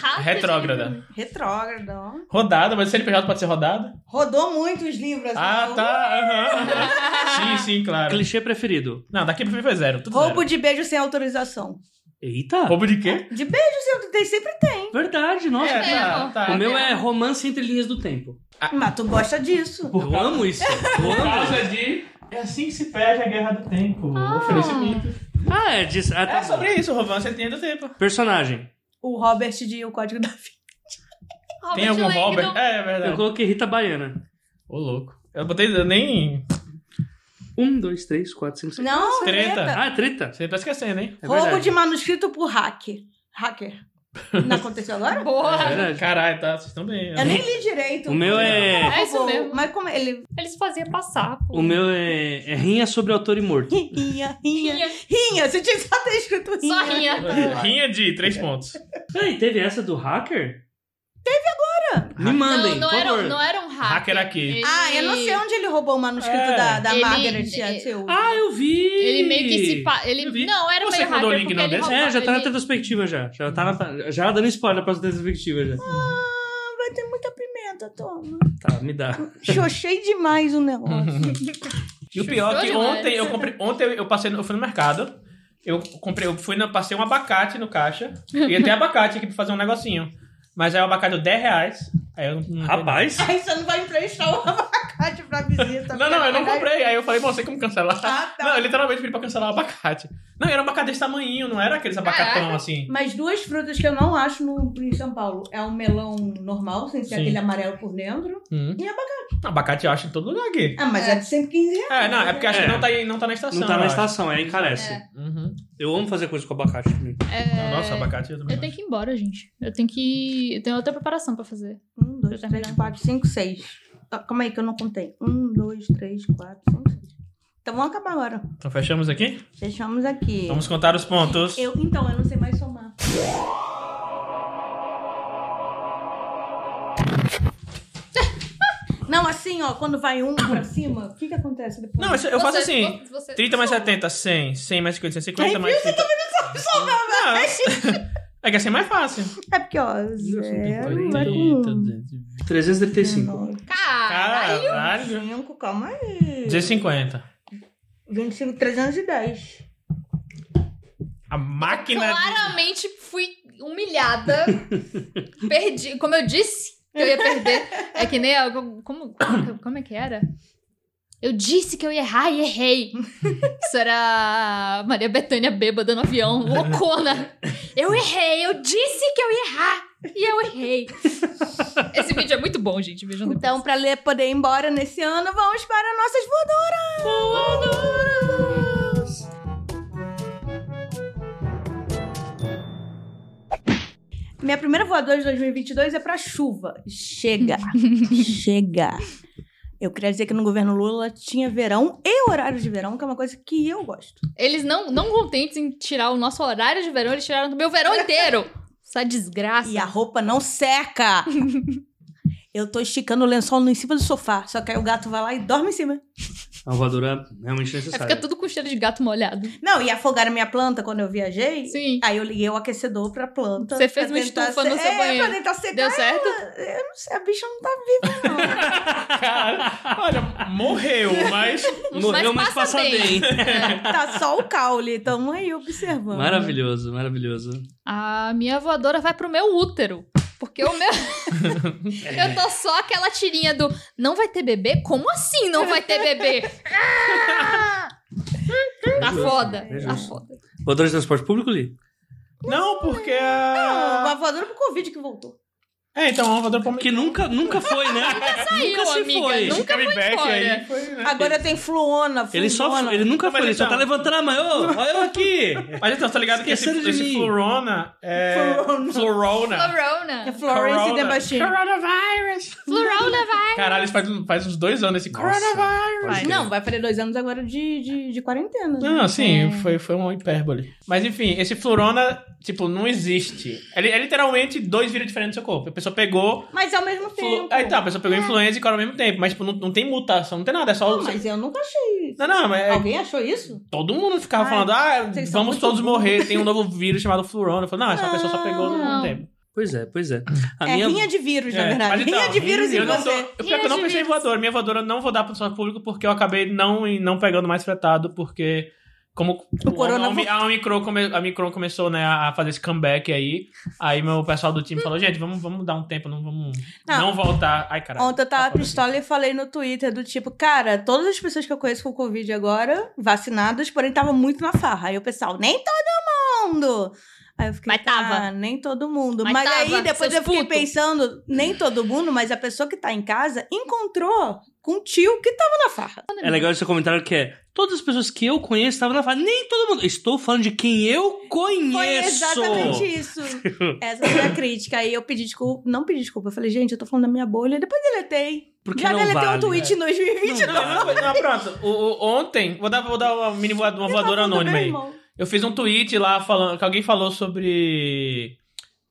Rápido. Retrógrada. Retrógrado. ó. Rodada, mas o CNPJ pode ser rodada? Rodou muito os livros. Ah, né? tá. aham, aham. Sim, sim, claro. Clichê preferido. Não, daqui pra mim foi zero. Tudo Roubo zero. de beijo sem autorização. Eita! Roubo de quê? De beijo sem autorização. Sempre tem. Verdade, nossa. É, tá, mesmo. tá. O meu é romance entre linhas do tempo. Mas tu gosta disso. Eu amo isso. Eu *laughs* Por amo. causa de. É assim que se perde a guerra do tempo. Ah. Oferecimento. Ah, é disso. Ah, tá É sobre isso, Rovan, você tem do tempo. Personagem. O Robert de O Código da Vida. Robert tem algum Langdon. Robert? É, é Eu verdade. coloquei Rita Baiana. Ô, louco. Eu botei. Eu nem. Um, dois, três, quatro, cinco, seis. Não, Treta. treta. Ah, é treta. Você tá esquecendo, hein? É Roubo verdade. de manuscrito por hack. Hacker. Não aconteceu *laughs* agora? Boa. É verdade. É, Caralho, tá. Vocês estão bem. Eu nem li direito. O meu é. É isso mesmo. Mas como ele. Eles faziam passar, pô. O meu é. É rinha sobre autor e morto. Rinha, rinha. Rinha. Rinha, você tinha só ter escrito rinha. Só rinha. Rinha de três pontos. Peraí, teve essa do hacker? Teve agora! Me mandem, Não, não por era, favor. um- não era um hacker. Hacker aqui. Ele- Ah, eu não sei onde ele roubou o manuscrito É. da, da Ele- Margaret ele- Atwood. Ah, eu vi! um Ele meio que se... Pa... Eu Ele... vi. Não, era Você meio mandou hacker o link porque não ele desse? roubava- É, já tá na ele- retrospectiva já. Já tá na- já dando spoiler pra retrospectiva já. Ah, vai ter muita pimenta, toma. Tá, me dá. Xoxei demais o Uhum. *laughs* negócio. E o pior é que demais. ontem eu comprei. Ontem eu passei, no- eu fui no mercado. Eu comprei, eu fui na, passei um abacate no caixa. Ia ter abacate aqui pra fazer um negocinho. Mas aí o abacate deu 10 reais. Aí eu não- não. Rapaz! Aí você não vai emprestar o abacate pra visita. Não, não, eu não Vai- comprei. Aí eu falei, bom, sei como cancelar. Ah, tá. Não, eu literalmente pedi pra cancelar o abacate. Não, era um abacate desse tamanhinho, não era aqueles abacatão Caraca. assim. Mas duas frutas que eu não acho no, em São Paulo. É um melão normal, sem ser Sim. aquele amarelo por dentro. Hum. E abacate? Abacate eu acho em todo lugar aqui. Ah, mas é, de 115 reais. É, não, é porque acho É. que não tá, aí- não tá na estação. Não tá na eu estação, aí encarece. É. acho. Uhum. Eu amo fazer coisa com abacate. também. É, Nossa, abacate eu também. Eu tenho que ir embora, gente. Eu tenho que... Eu tenho outra preparação pra fazer. Um, dois, três, quatro, cinco, seis. Ah, Calma aí que eu não contei. Um, dois, três, quatro, cinco, seis. Então vamos acabar agora. Então fechamos aqui? Fechamos aqui. Vamos contar os pontos. Eu, então, eu não sei mais somar. *laughs* Não, assim, ó, quando vai um pra cima, o que que acontece depois? Não, isso- eu faço Você- assim. você- 30 mais 70, 100. 100 mais 50, 150 Ai, mais 30. Não, é que assim é mais fácil. É porque, ó, zero vai com um. é, 335. Caralho! Caralho. Cinco, calma aí. 250. 25, 310. A máquina. Claramente fui *laughs* humilhada. Perdi. Como eu disse que eu ia perder. É que nem. a- Como, como é que era? Eu disse que eu ia errar e errei. Isso era a Maria Bethânia bêbada no avião, loucona. Eu errei, eu disse que eu ia errar e eu errei. Esse vídeo é muito bom, gente. Vejam depois. Então, pra ler, poder ir embora nesse ano, vamos para nossas voadoras! Minha primeira voadora de 2022 é pra chuva. Chega. Chega. Eu queria dizer que no governo Lula tinha verão e horário de verão, que é uma coisa que eu gosto. Eles não, não contentes em tirar o nosso horário de verão, eles tiraram do meu verão inteiro. Essa desgraça. E a roupa não seca. Eu tô esticando o lençol em cima do sofá, só que aí o gato vai lá e dorme em cima. A voadora é realmente Aí fica necessária. tudo com cheiro de gato molhado. Não, e afogaram minha planta quando eu viajei. Sim. Aí eu liguei o aquecedor pra planta. Você fez pra uma tentar estufa no seu é, banheiro. pra tentar secar. Deu certo? Eu não sei, a bicha não tá viva, *laughs* não. *laughs* Cara, olha, morreu, mas. Morreu, mas passa bem. *laughs* tá só o caule, tamo aí observando. Maravilhoso, maravilhoso. A minha voadora vai pro meu útero. Porque o *laughs* meu. eu tô só aquela tirinha do. Não vai ter bebê? Como assim não vai ter *laughs* bebê? tá foda. é Tá justo. foda. Voadora de transporte público, Li? Não, porque Não, a. a voadora Ah, pro Covid que voltou. É, então, uma voadora pra Que nunca, nunca foi, né? Saiu, nunca se amiga. foi. Esse Nunca foi comeback embora. aí foi, né? Agora tem fluona, fluona. Ele só, ele nunca Não, mas foi, ele só então- tá levantando a mão. Ô, olha eu aqui! Mas então, tá ligado que esse, Esqueceram de esse mim. Florona é. Florona. Tá. Florona. É Florona. Florence Corona. Debachine. Coronavirus. Florona vai. Caralho, isso faz, um, faz uns dois anos esse coronavirus. Vai. Não, vai fazer dois anos agora de, de, de quarentena. né? Não, sim, É. foi, foi uma hipérbole. Mas enfim, esse Florona, tipo, não existe. É, li- é literalmente dois vírus diferentes do seu corpo. A pessoa pegou. Mas ao mesmo Ah. flu- tempo. Aí tá, a pessoa pegou influenza e corona ao mesmo tempo. Mas, tipo, não, não tem mutação, não tem nada. É só. É. Não, mas eu nunca achei isso. Não, não, mas é- Alguém achou isso? todo mundo ficava Ai, falando, ah, vocês são vamos muito todos burros. morrer, tem um novo vírus chamado Florona. Eu falo, não, essa pessoa só pegou no mesmo Não. tempo. Pois é, pois é. A é minha... rinha de vírus, na É, verdade. mas então, rinha de vírus eu em não dou- você. eu, pior que eu Rinha não de pensei em vírus. voadora. Minha voadora eu não vou dar pro transporte público porque eu acabei não, não pegando mais fretado, porque como O corona- a, Omi- a, Omicron come- a Omicron começou né, a fazer esse comeback aí, aí meu pessoal do time falou, gente, vamos, vamos dar um tempo, não vamos Não. não, voltar. Ai, caralho. Ontem eu Tá tava foda. pistola e falei no Twitter do tipo, cara, todas as pessoas que eu conheço com Covid agora, vacinadas, porém tava muito na farra. Aí o pessoal, nem todo mundo! Aí eu fiquei, Mas tava. "Tá, nem todo mundo. Mas, Mas tava, aí depois seus eu fiquei puto. pensando, nem todo mundo, mas a pessoa que tá em casa encontrou com um tio que tava na farra. É legal esse comentário que é. Todas as pessoas que eu conheço estavam na fala. Nem todo mundo. Estou falando de quem eu conheço. Foi exatamente *laughs* isso. Essa foi a crítica. Aí eu pedi desculpa, não pedi desculpa, eu falei, gente, eu tô falando da minha bolha, depois deletei. Porque Já não deletei vale. é. né? um tweet em 2020. *laughs* Não, não, não, não, pronto. O, o- ontem, vou dar, vou dar uma mini voa- uma tá voadora anônima aí. Eu fiz um tweet lá falando que alguém falou sobre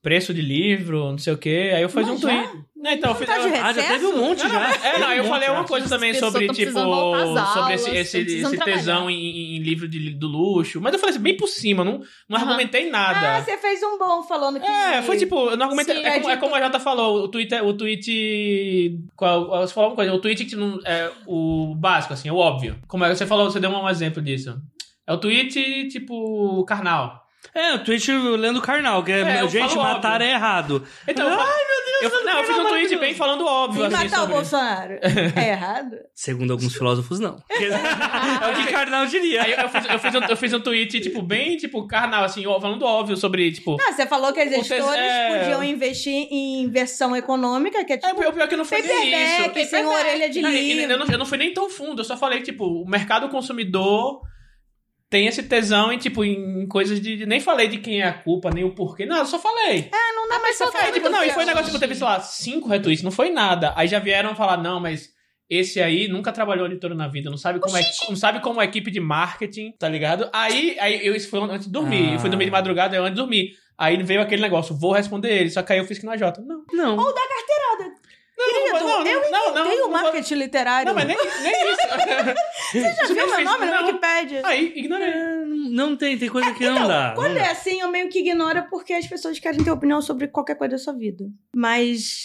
preço de livro, não sei o quê. Aí eu fiz Mas um já? tweet. Não, então, eu fiz. tá de eu- Ah, já teve um monte Não, não, já. é, não, eu falei uma coisa As também pessoas sobre, tão tipo, precisando voltar às sobre esse, aulas, esse, tão precisando esse tesão em, em- em livro de, do luxo. Mas eu falei assim, bem por cima, não, não Aham. argumentei Ah, nada. você fez um bom falando que. é, foi tipo, eu não argumentei. Sim, é, como, é é como a Jota falou, o tweet. é- O tweet qual, você falou uma coisa, o tweet que não. É o básico, assim, é o óbvio. Como é que você falou, você deu um exemplo disso. É o tweet, tipo, carnal. É, o tweet lendo carnal, que É, é, eu gente, falo matar óbvio. é errado. Então, eu, eu, não, eu fiz um tweet bem falando óbvio. E Assim, matar o sobre- tá, Bolsonaro. *laughs* É errado? Segundo alguns filósofos, não. é o que carnal diria. Aí eu, eu fiz, eu, fiz um, eu fiz um tweet, tipo, bem, tipo, carnal, assim, ó, falando óbvio sobre, tipo... Ah, você falou que as O tes- editoras é. podiam investir em versão econômica, que é É, tipo. o pior- pior que eu não fui nem isso. é Paperback, sem paperback. orelha de Não, e- e livro. eu, não, eu não fui nem tão fundo, eu só falei, tipo, o mercado consumidor tem esse tesão em, tipo, em coisas de... de- Nem falei de quem é a culpa, nem o porquê, nada, eu só falei. Não dá mais pra pessoa tá falar Aí, tipo, do não, e que foi um ela- negócio que teve, sei lá, cinco retweets, não foi nada. Aí já vieram falar, não, mas esse aí nunca trabalhou editora na vida, não sabe como é, não sabe como é equipe de marketing, tá ligado? Aí, aí eu, isso foi antes de dormir, Ah. eu fui dormir de madrugada, eu antes de dormir. Aí veio aquele negócio, vou responder ele, só que aí eu fiz que não é Jota. Não, Não. Querido, não, não, eu não, não, Tem o não, não, marketing literário. não, mas nem, *laughs* nem isso. *laughs* Você Já viu meu nome na Wikipédia? Aí, ignorei. É, Não tem, tem coisa que não Então, dá. quando não dá. é assim, eu meio que ignoro porque as pessoas querem ter opinião sobre qualquer coisa da sua vida. Mas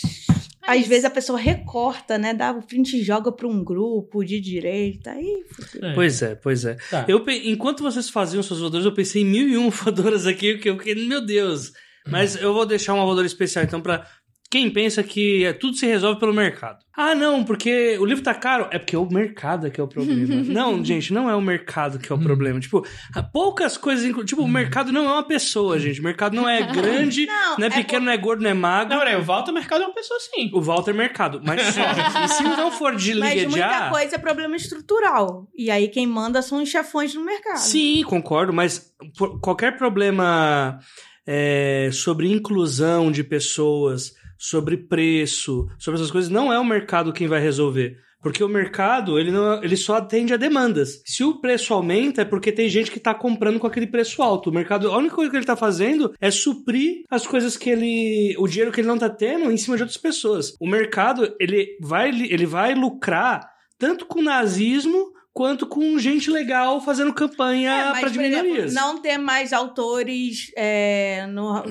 É às vezes a pessoa recorta, né? Dá o print e joga pra um grupo de direita. Aí, fudeu. Pois é, pois é. Tá. Eu, pe- enquanto vocês faziam suas voadoras, eu pensei em mil e um *laughs* voadoras aqui, que eu fiquei, meu Deus. Mas eu vou deixar uma voadora especial, então, pra quem pensa que é- tudo se resolve pelo mercado. Ah, não, porque o livro tá caro. É porque o mercado é que é *laughs* o problema. não, gente, não é o mercado Hum. que é o problema. Tipo, há poucas coisas... inclu- Tipo, o mercado não é uma pessoa, gente. O mercado *laughs* não é grande, Não, não é é pequeno, não é gordo, não é magro. Não, peraí, o Walter Mercado é uma pessoa assim. O Walter é mercado, mas *laughs* só. e se não for de Mas muita liguejar... coisa é problema estrutural. E aí quem manda são os chefões no mercado. Sim, concordo, mas por- qualquer problema é, sobre inclusão de pessoas, sobre preço, sobre essas coisas, não é o mercado quem vai resolver. Porque o mercado, ele, não, ele só atende a demandas. Se o preço aumenta, é porque tem gente que está comprando com aquele preço alto. O mercado, a única coisa que ele está fazendo é suprir as coisas que ele... O dinheiro que ele não está tendo em cima de outras pessoas. O mercado, ele vai, ele vai lucrar tanto com o nazismo quanto com gente legal fazendo campanha É, mas, para de por exemplo, minorias. não ter mais autores é, no-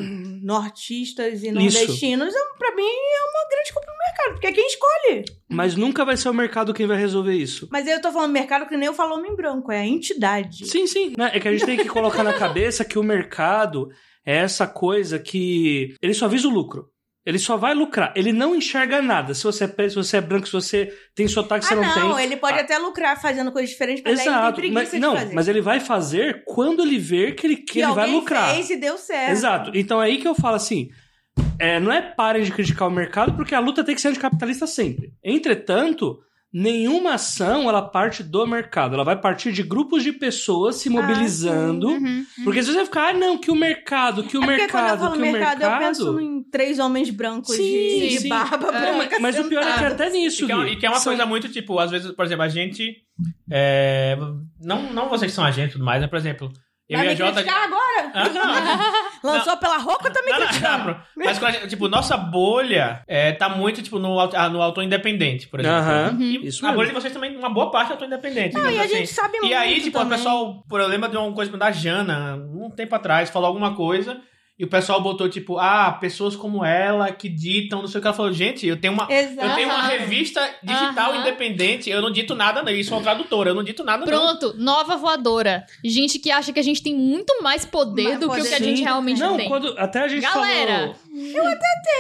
nortistas e Isso. nordestinos, é, pra mim, é uma grande culpa do mercado, porque é quem escolhe. Mas nunca vai ser o mercado quem vai resolver isso. Mas eu tô falando mercado que nem eu falo homem branco, é a entidade. Sim, sim. né? É que a gente tem que colocar na cabeça que o mercado é essa coisa que ele só visa o lucro. Ele só vai lucrar. Ele não enxerga nada. Se você é preto, se você é branco, se você tem sotaque, ah, você não, não, tem. ele pode até lucrar fazendo coisas diferentes, mas aí ele tem Exato. preguiça Mas, de não, fazer. mas ele vai fazer quando ele ver que ele, que que ele vai alguém lucrar. fez e deu certo. Exato. Então é aí que eu falo assim. é, não é parem de criticar o mercado, porque a luta tem que ser anticapitalista sempre. Entretanto, nenhuma ação ela parte do mercado. Ela vai partir de grupos de pessoas Ah, se mobilizando. Porque se você ficar, ah, não, que o mercado, que o Uhum, É porque quando eu mercado, falo que o mercado, mercado. eu penso em três homens brancos Sim, de, de sim. barba É, branca Mas o pior é que sentados. até nisso. E que, é, uma- Gui, e que é uma são- coisa muito, tipo, às vezes, por exemplo, a gente. é, não, não vocês que são a gente e tudo mais, né? Por exemplo, eu Vai e a me Jota. criticar *laughs* agora? Ah, não, Lançou pela roupa, eu também não, não, criticando. não, mas quando a gente- tipo, nossa bolha é, tá muito, tipo, no, aut- ah, no autor independente, por exemplo. Aham, E isso a mesmo. bolha de vocês também, uma boa parte é autor independente. Não, digamos e a assim. gente sabe muito E aí, tipo, o também. tipo, pessoal, por eu lembro de uma coisa da Jana, um tempo atrás, falou alguma coisa. E o pessoal botou, tipo, ah, pessoas como ela que ditam, não sei o que. Ela falou, gente, eu tenho uma. Exato. Eu tenho uma Aham. revista digital Aham. independente, eu não dito nada, não. Isso é uma tradutora, eu não dito nada, não. Pronto, nova voadora. Gente que acha que a gente tem muito mais poder Mais do que o poder. que a gente Sim. realmente Não, tem. quando até a gente Galera! falou...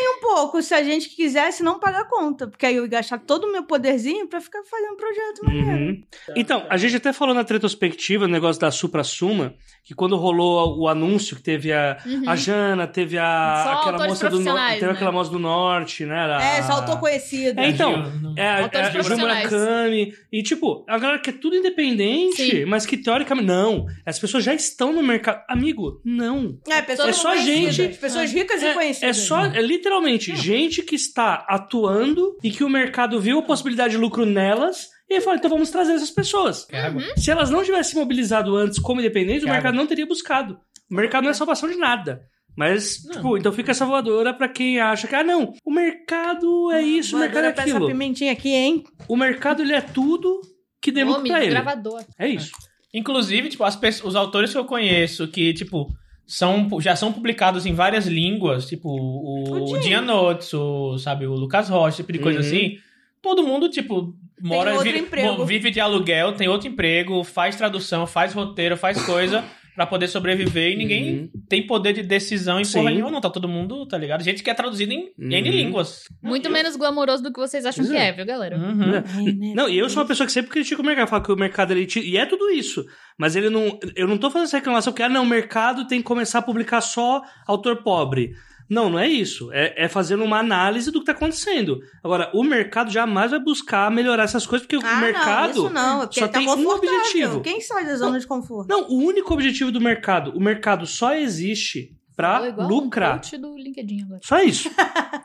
um pouco, se a gente quisesse não pagar conta, porque aí eu ia gastar todo o meu poderzinho pra ficar fazendo um projeto né?" maneiro. Uhum. Então, a gente até falou na retrospectiva, o negócio da Supra Suma, que quando rolou o anúncio que teve a, Uhum. a Jana, teve a Só aquela autores moça do norte, profissionais, teve né? aquela moça do norte, né? A- É, só eu tô conhecida. É, então, Uhum. Não. É, a, Autores é, a Ju profissionais. Murakami. E, tipo, a galera que é tudo independente, Sim. mas que teoricamente. Não. As pessoas já estão no mercado. Amigo, não. É, pessoas É só conhecidas, gente. Pessoas ricas e É, conhecidas. né? é só, né? é literalmente, gente que está atuando e que o mercado viu a possibilidade de lucro nelas. E aí fala, então vamos trazer essas pessoas. Caramba. Se elas não tivessem se mobilizado antes como independentes, o Cara. mercado não teria buscado. O mercado não é salvação de nada. Mas, Não. tipo, então fica essa voadora pra quem acha que, ah, não, o mercado é isso, o mercado é Voadora pra Essa aquilo. pimentinha aqui, hein? O mercado, ele é tudo que dê lucro Nome pra do ele. gravador. É isso. Inclusive, tipo, as pessoas- os autores que eu conheço que, tipo, são, já são publicados em várias línguas, tipo, o, O o Gian Notes, o, sabe, o Lucas Rocha, tipo de coisa Uhum. assim. Todo mundo, tipo, mora... outro vive, emprego. mo- vive de aluguel, tem outro emprego, faz tradução, faz roteiro, faz *laughs* coisa pra poder sobreviver e ninguém Uhum. tem poder de decisão em Sim. porra nenhuma, não. Tá todo mundo, tá ligado? Gente que é traduzida em N Uhum. línguas. Muito menos glamouroso do que vocês acham Pois que é. é, viu, galera? Uhum. *laughs* Não, e eu sou uma pessoa que sempre critica o mercado. Fala que o mercado, ele... te- E é tudo isso. Mas ele não... Eu não tô fazendo essa reclamação porque, ah, não, o mercado tem que começar a publicar só autor pobre. Não, não é isso. É, é fazendo uma análise do que tá acontecendo. Agora, o mercado jamais vai buscar melhorar essas coisas porque Ah, o mercado... não, isso não. é Porque só ele tá tem um confortável. objetivo. Quem sai da zona de conforto? Não, o único objetivo do mercado, o mercado só existe pra Tô igual um lucrar. coach do LinkedIn agora. Só isso.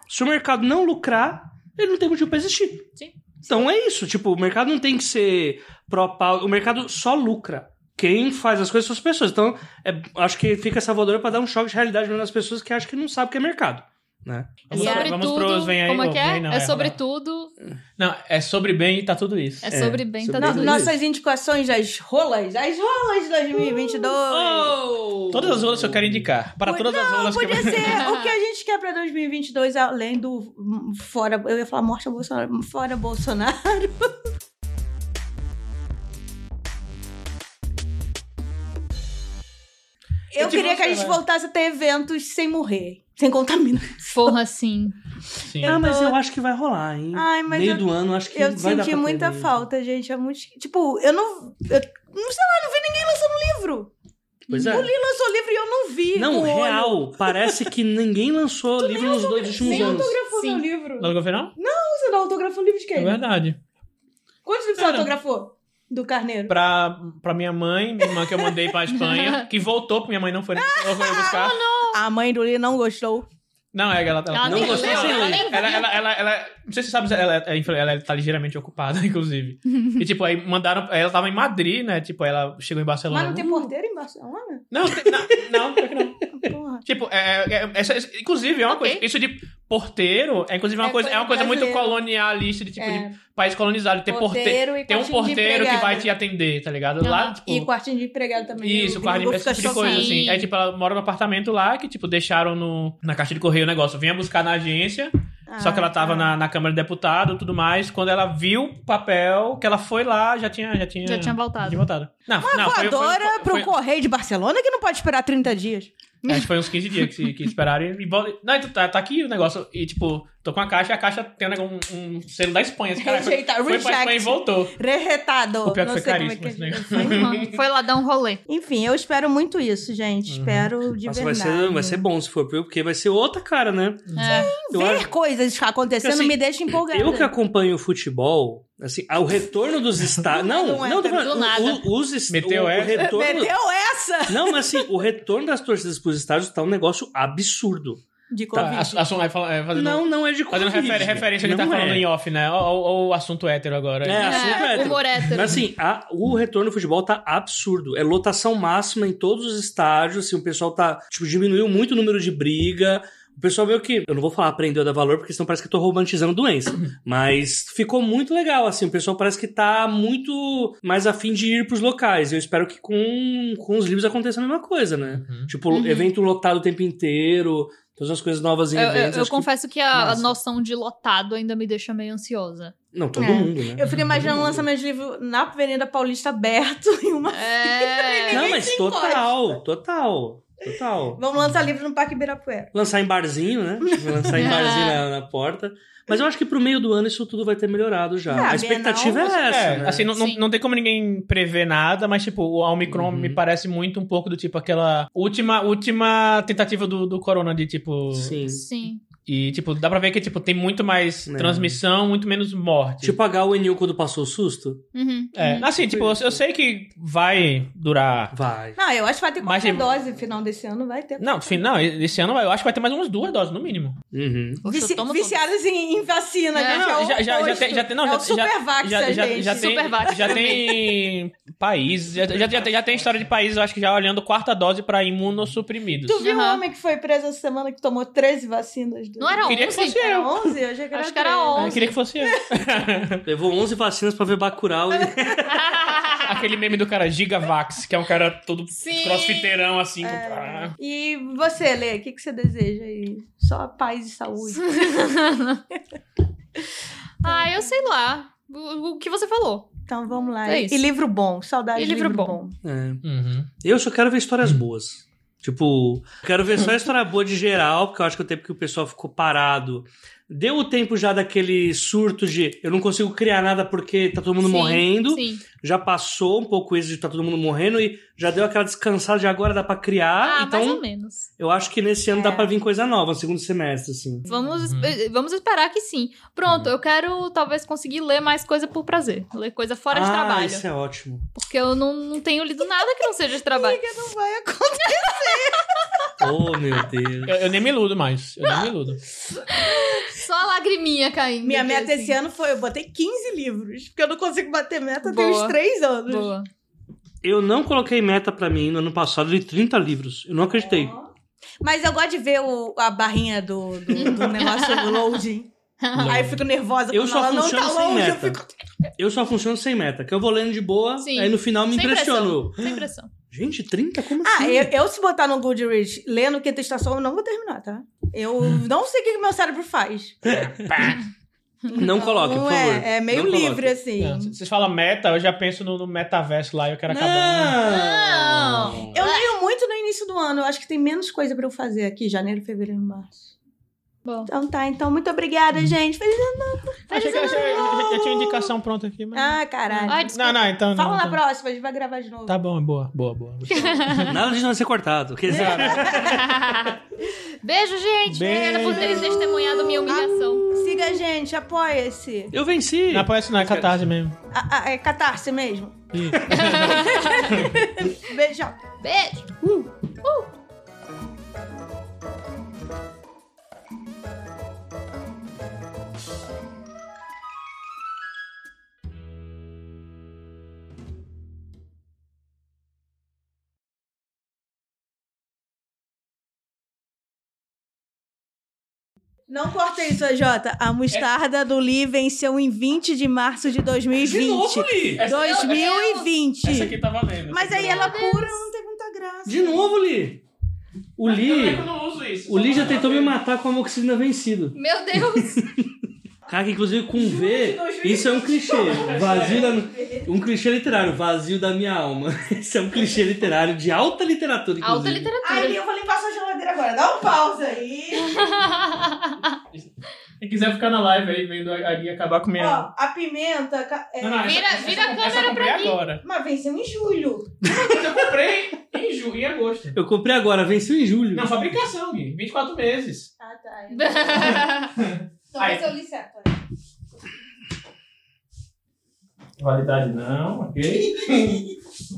Se o mercado não lucrar, ele não tem motivo pra existir. Sim. Então é isso. Tipo, o mercado não tem que ser pró-pau. O mercado só lucra. Quem faz as coisas são as pessoas. Então, é- acho que fica essa voadora pra dar um choque de realidade mesmo nas pessoas que acham que não sabem o que é mercado. Né? Vamos, é pro- sobre vamos tudo, pros vem aí. como é ou que é? vem não, é sobre não. tudo, Não, é sobre bem e tá tudo isso. é sobre bem, tá sobre Não, tudo. tudo. nossas indicações, as rolas, as rolas de 2022. Ah, Oh! Todas as rolas que eu quero indicar. Para Pois- todas as rolas que eu Podia ser *laughs* o que a gente quer pra 2022, além do hum, fora. Eu ia falar morte a Bolsonaro, fora Bolsonaro. *laughs* Eu te queria que a mostrarei. gente voltasse a ter eventos sem morrer, sem contaminar. Forra assim. *laughs* Sim. Ah, mas eu acho que vai rolar, hein? Ai, Ah, mas Meio eu- do ano, acho que Eu vai dar senti pra ter muita mesmo. falta, gente. É muito. Tipo, eu não. Eu, não sei lá, não vi ninguém lançando livro. Pois é. Lançou livro e eu não vi. Não, com o olho. real. Parece que *laughs* ninguém lançou livro nos dois últimos Nem anos. autografou Sim. meu livro. Não governo? Você não autografou o livro de É quem? verdade. Quantos livros você Cara. autografou? Do Carneiro. Pra, pra minha mãe, minha irmã que eu mandei pra Espanha, que voltou, porque minha mãe não foi, não foi buscar. A mãe do Lee não gostou. Não, é, ela, ela, Ela não nem gostou. leu, sem ela ler. nem viu. ela, ela, ela, ela- não sei se você sabe, ela, é- é, ela tá ligeiramente ocupada, *laughs* inclusive. E tipo, aí mandaram, ela tava em Madrid, né? Tipo, ela chegou em Mas Barcelona. não tem porteiro em Barcelona? Não, tem- não, não, pior que não. Porra. Tipo, é, é- é- essa- essa- inclusive, é uma Ok. coisa. Isso de porteiro é, inclusive, uma É coisa, é uma coisa coisa muito brasileira. colonialista, de tipo, É. de país colonizado. Ter porteiro. e Tem um quartinho de porteiro que empregado. vai te atender, tá ligado? Lá, Aham. tipo. E quartinho de empregado também. né? Isso, O quarto gringo de esse fica tipo de coisa, chocado. assim. Sim. Aí, tipo, ela mora num apartamento lá que, tipo, deixaram no, na caixa de correio o negócio. Vinha buscar na agência, Ah, assim. só que ela tava tá. na, na Câmara de Deputado e tudo mais. Quando ela viu o papel, que ela foi lá, já tinha. Já tinha, Já tinha voltado. tinha voltado. Não, não, foi, foi, Voadora foi, pro foi, Correio de Barcelona que não pode esperar 30 dias. acho que foi uns 15 dias que, se- que esperaram. E, e vol- não, então tá, tá aqui o negócio. E, tipo, tô com a caixa e a caixa tem um, negócio- um, um selo da Espanha. Esse *laughs* cara foi, Rejeitar, foi pra Espanha e reject. voltou. Rejetado. O pior não que foi sei como é caríssimo que esse é. negócio. Uhum. Foi lá dar um rolê. Enfim, eu espero muito isso, Uhum. gente. Espero de Nossa, vai verdade. ser, vai ser bom se for, porque vai ser outra cara, né? É. Eu Ver acho- coisas acontecendo Assim, me deixa empolgada. Eu que acompanho o futebol, assim, ah, o retorno dos estados. Não, Não não, é, não, tô cara, falando, do nada. o- o- os est- Meteu o, o essa. retorno. Meteu essa! Não, mas assim, o retorno das torcidas pros estádios tá um negócio absurdo. De Covid. Tá, a, a, Sun- é, fala- é, fazendo- Não, não é de Fazendo Covid. refer- referência ao que Não tá falando é. em off, né? Ou o assunto hétero agora. É, assunto hétero. humor hétero. Mas assim, a- o retorno do futebol tá absurdo. É lotação máxima em todos os estádios. Assim, o pessoal tá. Tipo, diminuiu muito o número de briga. O O pessoal meio que. Eu não vou falar aprendeu a dar valor, porque senão parece que eu tô romantizando doença. Mas ficou muito legal, assim. O pessoal parece que tá muito mais afim de ir pros locais. Eu espero que com, com os livros aconteça a mesma coisa, né? Uhum. Tipo, Uhum. evento lotado o tempo inteiro, todas as coisas novas em Eu, eu- eventos. eu acho que- confesso que a, a massa. noção de lotado ainda me deixa meio ansiosa. Não, todo É. mundo, né? Eu fico imaginando o lançamento de livro na Avenida Paulista aberto *laughs* em uma. É. Não, mas total, total, total. Vamos lançar livro no Parque Ibirapuera. Lançar em barzinho, né? Vai Lançar em barzinho na, na porta. Mas eu acho que pro meio do ano isso tudo vai ter melhorado já. Ah, a expectativa Bienal, é essa. É, né? assim, não, não, Sim. não tem como ninguém prever nada, mas, tipo, o Omicron Uhum. me parece muito um pouco do tipo aquela última, última tentativa do, do Corona de, tipo. Sim. *laughs* Sim. E, tipo, dá pra ver que, tipo, tem muito mais Né. transmissão, muito menos morte. Tipo a Gal Enil quando passou o susto? Uhum. É, Hum. Uhum. assim, tipo, eu, eu sei que vai durar. Vai. Não, eu acho que vai ter Mas qualquer tem- dose final desse ano, vai ter. Não, enfim, não, esse ano eu acho que vai ter mais umas duas doses, no mínimo. *laughs* Uhum. Poxa, eu Vici- tomo todas. viciados em, em vacina, né? É. Não, já- que é o já- já oposto. tem- já tem- não, é já- o super vax, já, já, gente. já tem, Super vax já também. tem países, já, já, já tem- já tem história de países, eu acho que já olhando quarta dose pra imunossuprimidos. Tu viu o Aham. homem que foi preso essa semana que tomou 13 vacinas? Do... Não era Queria que 11? fosse eu. Era 11? Eu achei que era Acho que era 13. 11. Eu queria que fosse eu. Levou 11 vacinas pra ver Bacurau. E... Aquele meme do cara Gigavax, que é um cara todo Sim. crossfiteirão, assim. com- É. Ah. E você, Lê, o que, que você deseja aí? Só paz e saúde. ah, eu sei lá. O, o que você falou. Então vamos lá. É e isso. livro bom, saudade E de livro, livro bom. bom. É. Uhum. Eu só quero ver histórias boas. Tipo, quero ver só história boa de geral, porque eu acho que o tempo que o pessoal ficou parado. Deu o tempo já daquele surto de eu não consigo criar nada porque tá todo mundo Sim, morrendo. Sim. já passou um pouco isso de tá todo mundo morrendo e já deu aquela descansada de agora dá pra criar. Ah, mais ou então, menos. eu acho que nesse ano É. dá pra vir coisa nova, segundo semestre, assim. Vamos, Uhum. eh, vamos esperar que sim. Pronto, Uhum. eu quero talvez conseguir ler mais coisa por prazer. Ler coisa fora de ah, trabalho. isso é ótimo. Porque eu não, não tenho lido nada que não seja *laughs* de trabalho. Não vai acontecer. Oh, meu Deus. Eu, eu nem me iludo mais. Eu nem *laughs* me iludo. Só a lagriminha caindo. Minha aqui, meta assim. esse ano foi, eu botei 15 livros, porque eu não consigo bater meta tem Boa. uns 3 anos. Boa. Eu não coloquei meta pra mim no ano passado de 30 livros. Eu não acreditei. Mas eu gosto de ver o- a barrinha do, do, *laughs* do negócio do loading. Aí eu fico nervosa Eu quando só ela não funciono tá sem longe, eu meta. fico. Eu só funciono sem meta, que eu vou lendo de boa, Sim. aí no final me Sem impressiono. Sem pressão. Gente, 30? Como Ah, assim? eu, eu se botar no Goodreads lendo Quinta Estação, eu não vou terminar, tá? *laughs* Eu não sei o que que meu cérebro faz. Não coloque, por Não favor. é, é meio Não coloque. É. livre, assim. Não, c- Vocês falam meta, eu já penso no, no metaverso lá e eu quero acabar. Não. Eu leio muito no início do ano. Eu acho que tem menos coisa pra eu fazer aqui, janeiro, fevereiro, março. Bom. Então tá, então muito obrigada, gente. Feliz ano. Ah, Achei que eu, achei- eu já, já tinha indicação pronta aqui, mas. Ah, caralho. Ai, não, desculpa. não, então. Fala não, na então. próxima, a gente vai gravar de novo. Tá bom, é boa, boa, *laughs* boa. Nada de não ser cortado. Quer dizer, Beijo, gente. Obrigada por terem Beijo. testemunhado minha humilhação. Siga a gente, apoia-se. eu venci. Não apoia isso, não, é catarse mesmo. A- a- é catarse mesmo. Ih. *laughs* Beijão. Beijo. Não corta isso, Jota. A mostarda do Lee venceu em 20 de março de 2020. De novo, Li. Essa- 2020. Essa aqui tá valendo. Mas Essa aí aqui tá ela pura, não tem muita graça. De novo, Li. O Li. valendo. Eu não uso isso. O Lee já tentou me matar com a amoxicilina vencido. Meu *laughs* Deus. Cara, que inclusive com V, isso é um clichê. Vazio da, um clichê literário, vazio da minha alma. *laughs* Isso é um clichê literário de alta literatura, inclusive. Alta Ai, literatura. Lee, eu vou limpar sua geladeira agora. Dá um pausa aí. Quem quiser ficar na live aí, vendo a Gui acabar com minha. Ó, a pimenta. ca- é, Vira- vira a eu câmera comprei pra mim. agora. Mas venceu em julho. Mas eu comprei em julho, em agosto. Eu comprei agora, venceu em julho. Não, fabricação, Gui. 24 meses. Ah, tá. *laughs* Não Então Ai. vai ser o Liceto. Validade *laughs* não, ok?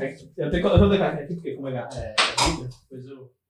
É, eu tenho que colocar aqui, porque como é que é? É, vida, depois eu...